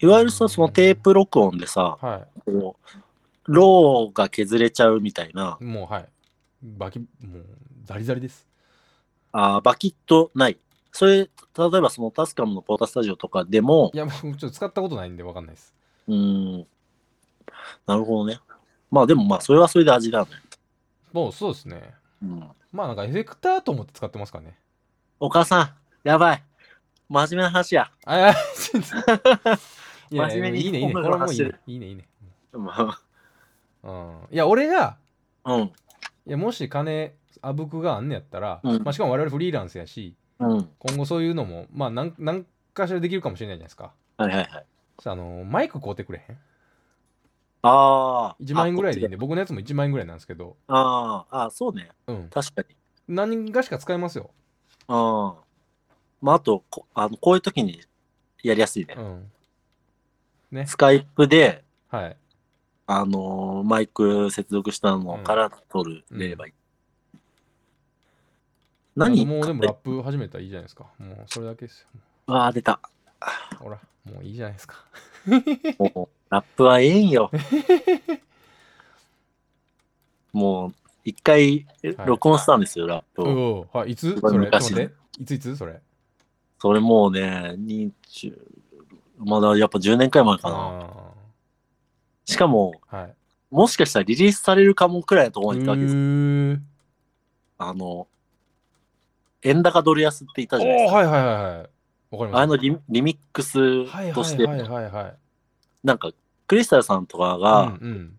いわゆるうさ、んそのテープ録音でさ、はこう、ローが削れちゃうみたいな、いもうはいバキもうザリザリですあーバキッとない。それ、例えばそのタスカムのポータースタジオとかでもい、や僕ちょっと使ったことないんでわかんないですうーん、なるほどね。まあでもまあ、それはそれで味だね。もうそうですねうん。まあなんかエフェクターと思って使ってますからねお母さん、やばい。真面目な話 や。あいやちょっといや真面目にいいねいいね一こ本れ分はもうい走っいてねるいいねいいねまうんいや俺があうん。いやもし金あぶくがあんねやったら、うんまあ、しかも我々フリーランスやしうん。今後そういうのもまあ何何かしらできるかもしれないじゃないですかはいはいはい。さあのマイク買うてくれへんああ。 1万円ぐらいでいいんね。で僕のやつも1万円ぐらいなんですけどあーあー、そうね。うん確かに。何人かしか使えますよああ。まあ、あとこあの、こういう時にやりやすいねう。んスカイプで、はいあのーマイク接続したのから撮るればいい。あ何のもうでもラップ始めたらいいじゃないですかもうそれだけですよああ、出た。ほらもういいじゃないですかもうラップはええん よ。もう、一回えはい録音したんですよ、ラップうを。おうはいいつすそごいれちょっと昔待っていついつそれそれもうね、20まだやっぱ10年くらい前かな。しかも、あーはいもしかしたらリリースされるかもくらいのところに行ったわけです。うーあの、円高ドル安って言ったじゃないでおすーか。はいはいはいはいわかりましたあのリリミックスはいとして、はいはいはいはいなんか、クリスタルさんとかが、うんうん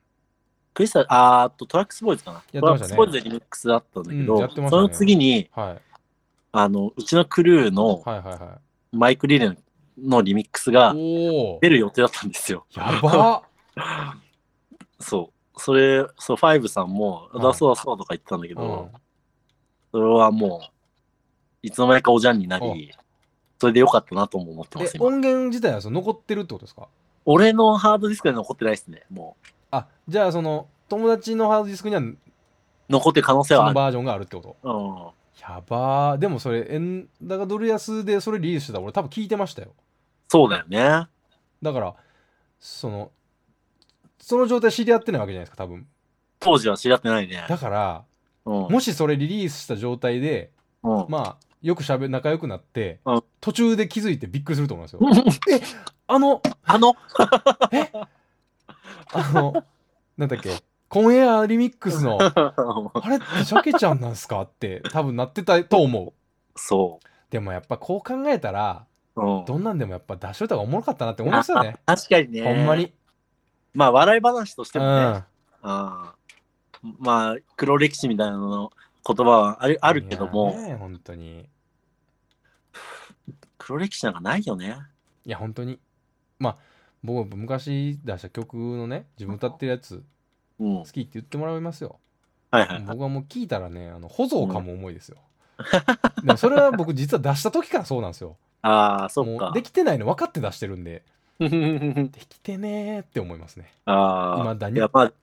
クリスタル、あーあとトラックスボーイズかな。やってトラましッたクねスボーイズでリミックスだったんだけど、うんやってましたそねの次に、はいあの、うちのクルーの、はいはいはマイク・リレンのリミックスがいおお出る予定だったんですよ。やばっそう。それ、そう、ファイブさんも、うんだそうだそうとか言ってたんだけうどん、それはもう、いつの間にかおじゃんになうり、それでよかったなとも思ってまえす、今音源自体はその残ってるってことですか俺のハードディスクには残ってないですね。もあじゃあその友達のハードディスクにはう、残ってる可能性そはあのる。バージョンがあるってことうん。やばーでもそれ円高ドル安でそれリリースしてたら俺多分聞いてましたよそうだよね。だからそのその状態知り合ってないわけじゃないですか多分当時は知り合ってないね。だからうん。もしそれリリースした状態でうんまあよくしゃべ仲良くなってうん途中で気づいてびっくりする と思いますよあのあ の、あのなんだっけコンエアリミックスのあれってシャケちゃんなんすかって多分なってたと思うそでもやっぱこう考えたらう。うん。どんなんでもやっぱ出しといた方がおもろかったなって思いますよね確かにね。ほんまに、。まあ、笑い話としてうもね。んああまあ黒歴史みたいなのの言葉はあるあるけどいもやね本当に黒歴史なんかないよね。いや本当にまあ僕昔出した曲のね自分歌ってるやつうん、好きって言ってもらいますよはいはいはい。僕はもう聞いたらねあのほぞかも重いですよ、でもそれは僕実は出した時からそうなんですよああ そっもかうで。きてないの分かって出してるんでできてねーって思いますね あ未だあにいやまあ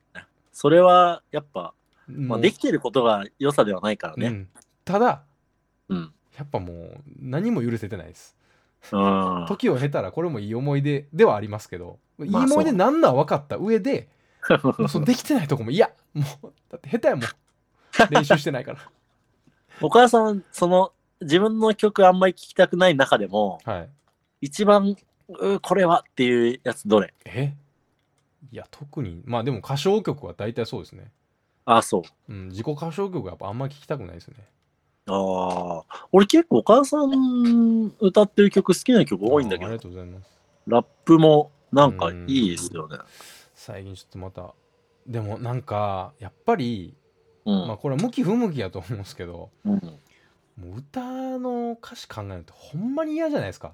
それはやっぱ、まもあ、うできてることが良さではないからうね。ん、ただうん。やっぱもう何も許せてないですうん。時を経たらこれもいい思い出ではありますけど、いいまあ思い出なんなは分かった上でもうそのできてないとこもいやもうだって下手やもん練習してな いからお母さんその自分の曲あんまり聴きたくない中でもはい一番うーこれはっていうやつどれえいや特にまあでも歌唱曲は大体そうですね、ああそう。うん、自己歌唱曲はやっぱあんま聞きたくないですよねああ、俺結構お母さん歌ってる曲好きな曲多いんだけあーどあり、がとうございますラップもなんかいいですよね。最近ちょっとまたでもなんかやっぱり、うん。まあこれは向き不向きやと思うんですけどうんもう歌の歌詞考えるとほんまに嫌じゃないですか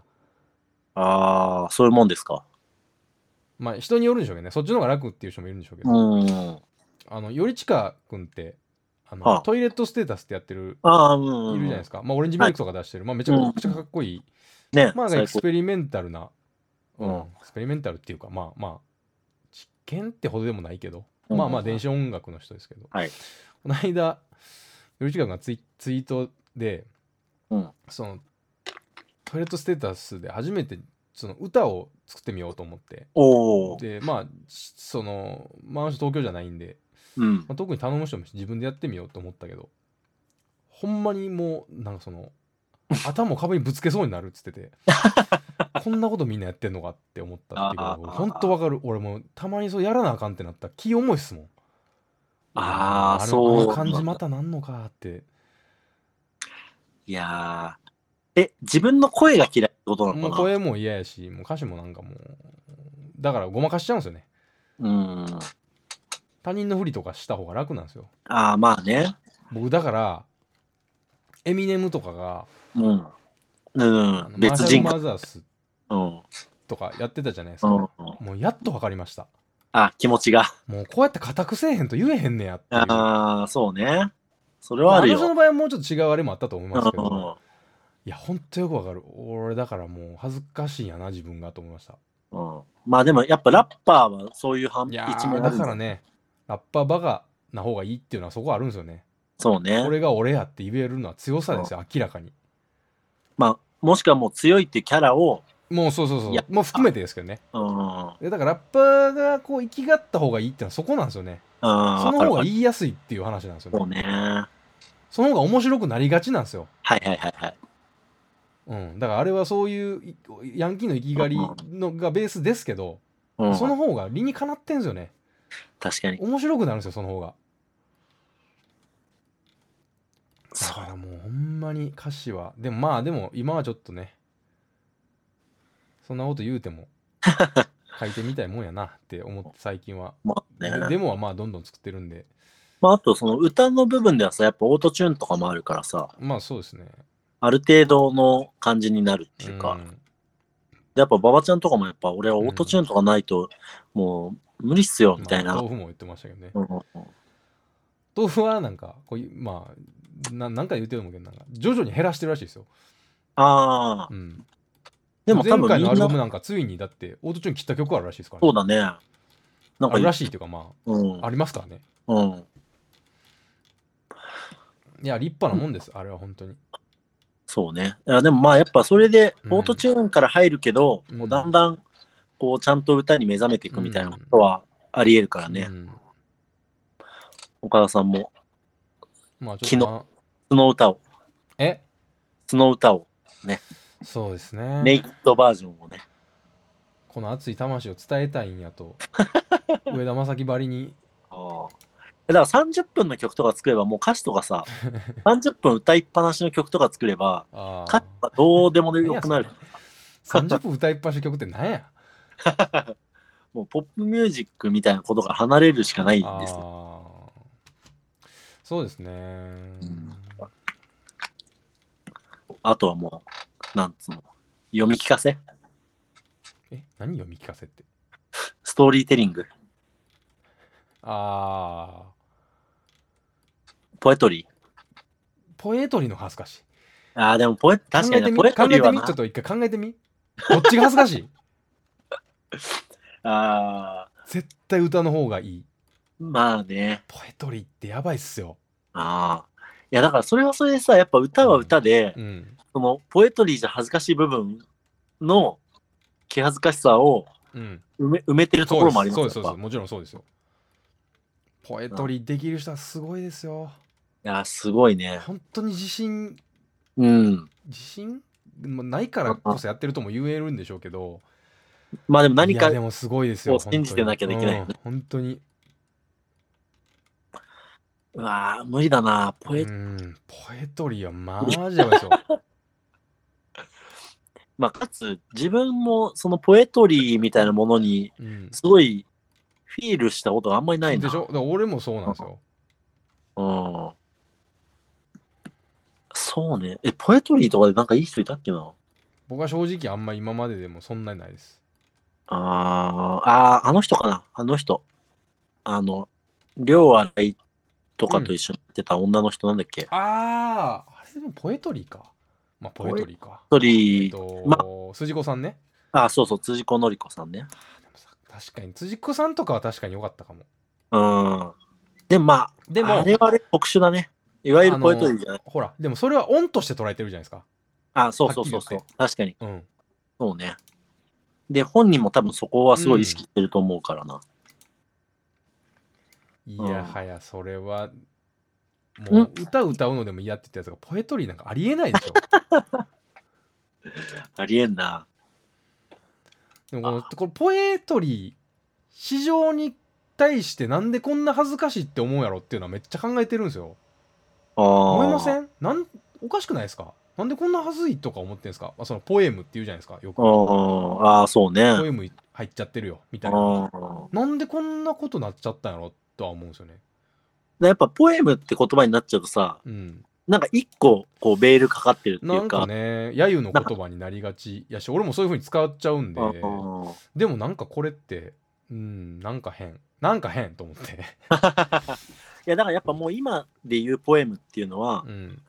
ああ、そういうもんですか。まあ人によるんでしょうけどねそっちの方が楽っていう人もいるんでしょうけうど、ん。あのよりちかくんってあのはあトイレットステータスってやってるああ、うん。いるじゃないですか。か、まあ、オレンジミルクとか出してる、まあ、めちゃうんくちゃかっこいい、ね、まあエ最クス高。ペリメンタルな、うんエクスペリメンタルっていうかまあまあ実験ってほどでもないけど、うんまあまあ電子音楽の人ですけど、はいこの間よりちかくんがツイツイートで、うんそのトイレットステータスで初めてその歌を作ってみようと思っておお。でまあしそのまああの人東京じゃないんでうんま。あ、特に頼む人もいるし自分でやってみようと思ったけどほんまにもうなんかその頭を壁にぶつけそうになるっつってて こんなことみんなやってんのかって思ったっていうあかーほんとわかる俺もうたまにそうやらなあかんってなったら気重いっすもんあーのそうあの感じまたなんのかっていやーえ、自分の声が嫌いってことなものうかな声も嫌やしもう歌詞もなんかもうだからごまかしちゃうんですよねうん。他人のふりとかした方が楽なんですよああ、まあね。僕だからエミネムとかがうん。うあん。の別人マ格。ーシャルマザースうん。とかやってたじゃないですうか、ん。もうやっと分かりました。あ、気持ちが。もうこうやって固くせえへんと言えへんねやっていう。ああ、そうね。それまはあああるのよ。人の場合はもうちょっと違うあれもあったと思いますけうんど、いや、ほんとよくわかる。俺だからもう恥ずかしいんやな、自分がと思いました。うんまあでもやっぱラッパーはそういう反いやー一面あだるから。ね、ラッパーバカな方がいいっていうのはそこあるんですよね。そうね。俺が俺やって言えるのは強さですよ、明らかに。まあもしくはもう強いっていうキャラを、もうそうそうそいうや、もう含めてですけどね。うん、うん、でだからラッパーがこう生きがった方がいいっていうのはそこなんですよね。そその方がい。言いやすいっていう話なんですよそうね。ね。はその方が面白くなりがちなんですよ。いはいはいはい。うん、だからあれはそういういヤンキーの生きがりのがベースですけど、うん、その方が理にかなってんすよね確かに。面白くなるんですよその方がだそからもうほんまに歌詞はでもまあでも今はちょっとねそんなこと言うて も書いてみたいもんやなって思って最近は、う。まあでね。デモはまあどんどん作ってるんでまああとその歌の部分ではさ、やっぱオートチューンとかもあるからさ、まあそうですねある程度の感じになるっていうか、んやっぱ馬場ちゃんとかもやっぱ俺はオートチューンとかないともう無理っすよみたいまあな。豆腐も言ってましたけどねうんうん豆腐はなんかこういうまあななんか言ってると思うけどなんか徐々に減らしてるらしいですよ、ああ、うん、でも多前分回みのアルんバムな、なんかついにだってオートチューン切った曲あるらしいですから、そねうだね。なんあかるらしいっていうかまうんあありますからねうん。いや立派なもんです、あれは本当にそうね。いやでもまあやっぱそれでうんオートチューンから入るけど、うんこうだんだんこうちゃんと歌に目覚めていくみたいなことはありえるからね。うん岡田さんもまあちょっとなその歌を、えその歌を、そうですねネイキッドバージョンをね。この熱い魂を伝えたいん やと上田正樹ばりにだから30分の曲とか作ればもう歌詞とか さ、30分歌いっぱなしの曲とか作れば、あ歌あ詞はどうでもよくなる。 30分歌いっぱし曲ってなんや もうポップミュージックみたいなことから離れるしかないんあですよ。ーそうですね、んあとはもう、なんつうの、読み聞かせえ何読み聞かせってストーリーテリングああポエトリーポエトリーの恥ずかしいああ、でもポエ、確かにね、考ポえエてトみ考リえーてはみなちょっと一回考えてみどっちが恥ずかしいああ、絶対歌の方がいいまあね。ポエトリーってやばいっすよああ。いや、だからそれはそれでさ、やっぱ歌は歌で、うんその、ポエトリーじゃ恥ずかしい部分の気恥ずかしさをうん埋め埋めてるところもありますそうよですそうですそうですもちろんそうですよポエトリーできる人はすごいですよいや、すごいね。本当に自信うん。自信もうないからこそやってるとも言えるんでしょうけどまあでも何いやかでもすごいですよを信じてなきゃできないよね本当にうわあ、無理だな。ポうんエ、本当にうんポエトリーはマジでやばいですよまあ、かつ、自分もそのポエトリーみたいなものに、うんすごいフィールしたことがあんまりないな。でしょだから俺もそうなんですようん。そうね。え、ポエトリーとかでなんかいい人いたっけな僕は正直あんま今まででもそんなにないですあーあー、あの人かなあの人。あの、両荒いとかと一緒にやってた女の人なんだっけ、あああれでもポエトリーかまあポエトリーかポエトえリっー、と、ま辻子さんねあ、そうそう、辻子のり子さんね。でもさ確かに辻子さんとかは確かに良かったかもうん。で、まあ、でもあれはあれ特殊だね。いわゆるポエトリーじゃない。ほらでもそれはオンとして捉えてるじゃないですかあそうそうそうはっきそり言うっ。確かに。うんそうね。で、本人も多分そこはすごい意識してると思うからな。いうんやはやそれはもう歌歌うのでも嫌って言ったやつがポエトリーなんかありえないで しょありえんな。でもこのこれポエトリー市場に対してなんでこんな恥ずかしいって思うやろっていうのはめっちゃ考えてるんですよああ。思いませんなんおかしくないですかなんでこんな恥ずいとか思ってんですか、まあ、そのポエムっていうじゃないですかよくあポーあー、そうね。エム入っちゃってるよみたいなあーなんでこんなことなっちゃったんやろとは思うんですよねやっぱポエムって言葉になっちゃうとさ、うんなんか一個こうベールかかってるっていなうんか。かね揶揄の言葉になりがちやし俺もそういう風に使っちゃうんであーでもなんかこれってうんなんか変なんか変と思っ ていやだからやっぱもう今で言うポエムっていうのはう、ん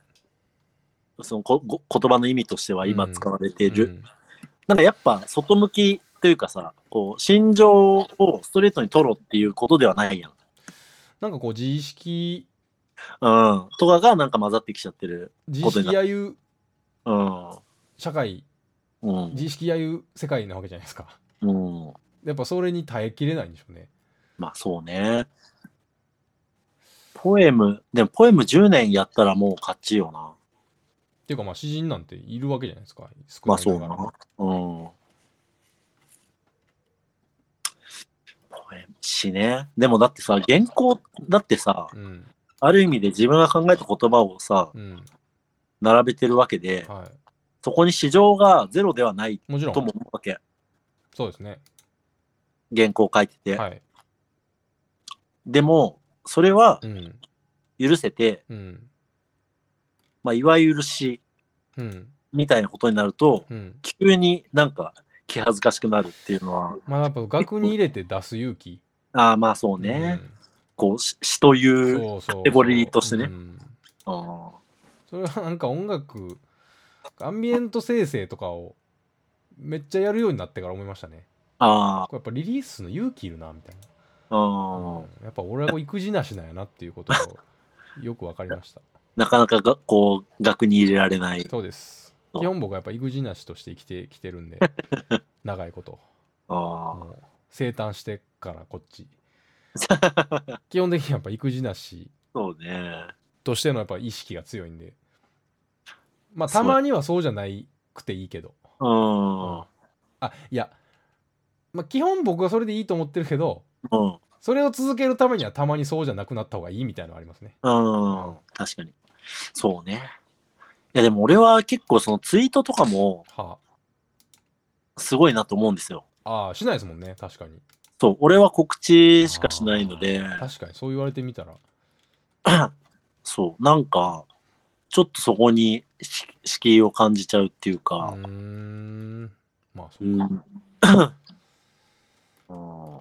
そのこご言葉の意味としては今使われている、うんなんかやっぱ外向きというかさこう心情をストレートに取ろうっていうことではないやん、なんかこう自意識うん、とかがなんか混ざってきちゃってる自意識揶揄うん社会うん自意識揶揄世界なわけじゃないですかうんやっぱそれに耐えきれないんでしょうねまあそうねポエムでもポエム10年やったらもう勝ちよなっていうかまあ詩人なんているわけじゃないですか少まあいそうなな。がらうん。ポエム詩ね。でもだってさ、原稿だってさ、うんある意味で自分が考えた言葉をさ、うん並べてるわけで、はそこに市場がゼロではないいもちろともん思うわけ。そうですね原稿書いてて。はいでも、それはうん許せて、うんまあ、いわゆる詩うんみたいなことになると、うん急になんか気恥ずかしくなるっていうのは、まあやっぱ額に入れて出す勇気。ああまあそうね。こう、詩詩とういん、うそうそう。カテゴリーとしてねうんあそれはなんか音楽、アンビエント生成とかをめっちゃやるようになってから思いましたね。あこれやっぱリリースの勇気いるな、みたいあな。あうんやっぱ俺はこう育児なしなんやなっていうことをよくわかりました。なかなかがこう額に入れられない。そうですそう基本僕はやっぱ育児なしとして生きてきて るんで長いことあもう生誕してからこっち 基本的にやっぱ育児なしそうね。としてのやっぱ意識が強いんでまあたまにはそうじゃないくていいけどうん。あいや、まあ、基本僕はそれでいいと思ってるけどうん。それを続けるためにはたまにそうじゃなくなった方がいいみたいなのありますねうん。確かに。そうね。いやでも俺は結構そのツイートとかもはすごいなと思うんですよ。ああーしないですもんね確かにそう、俺は告知しかしないので、確かにそう言われてみたらそう、なんか、ちょっとそこにし敷居を感じちゃうっていううか、ーんまあそううかん。うん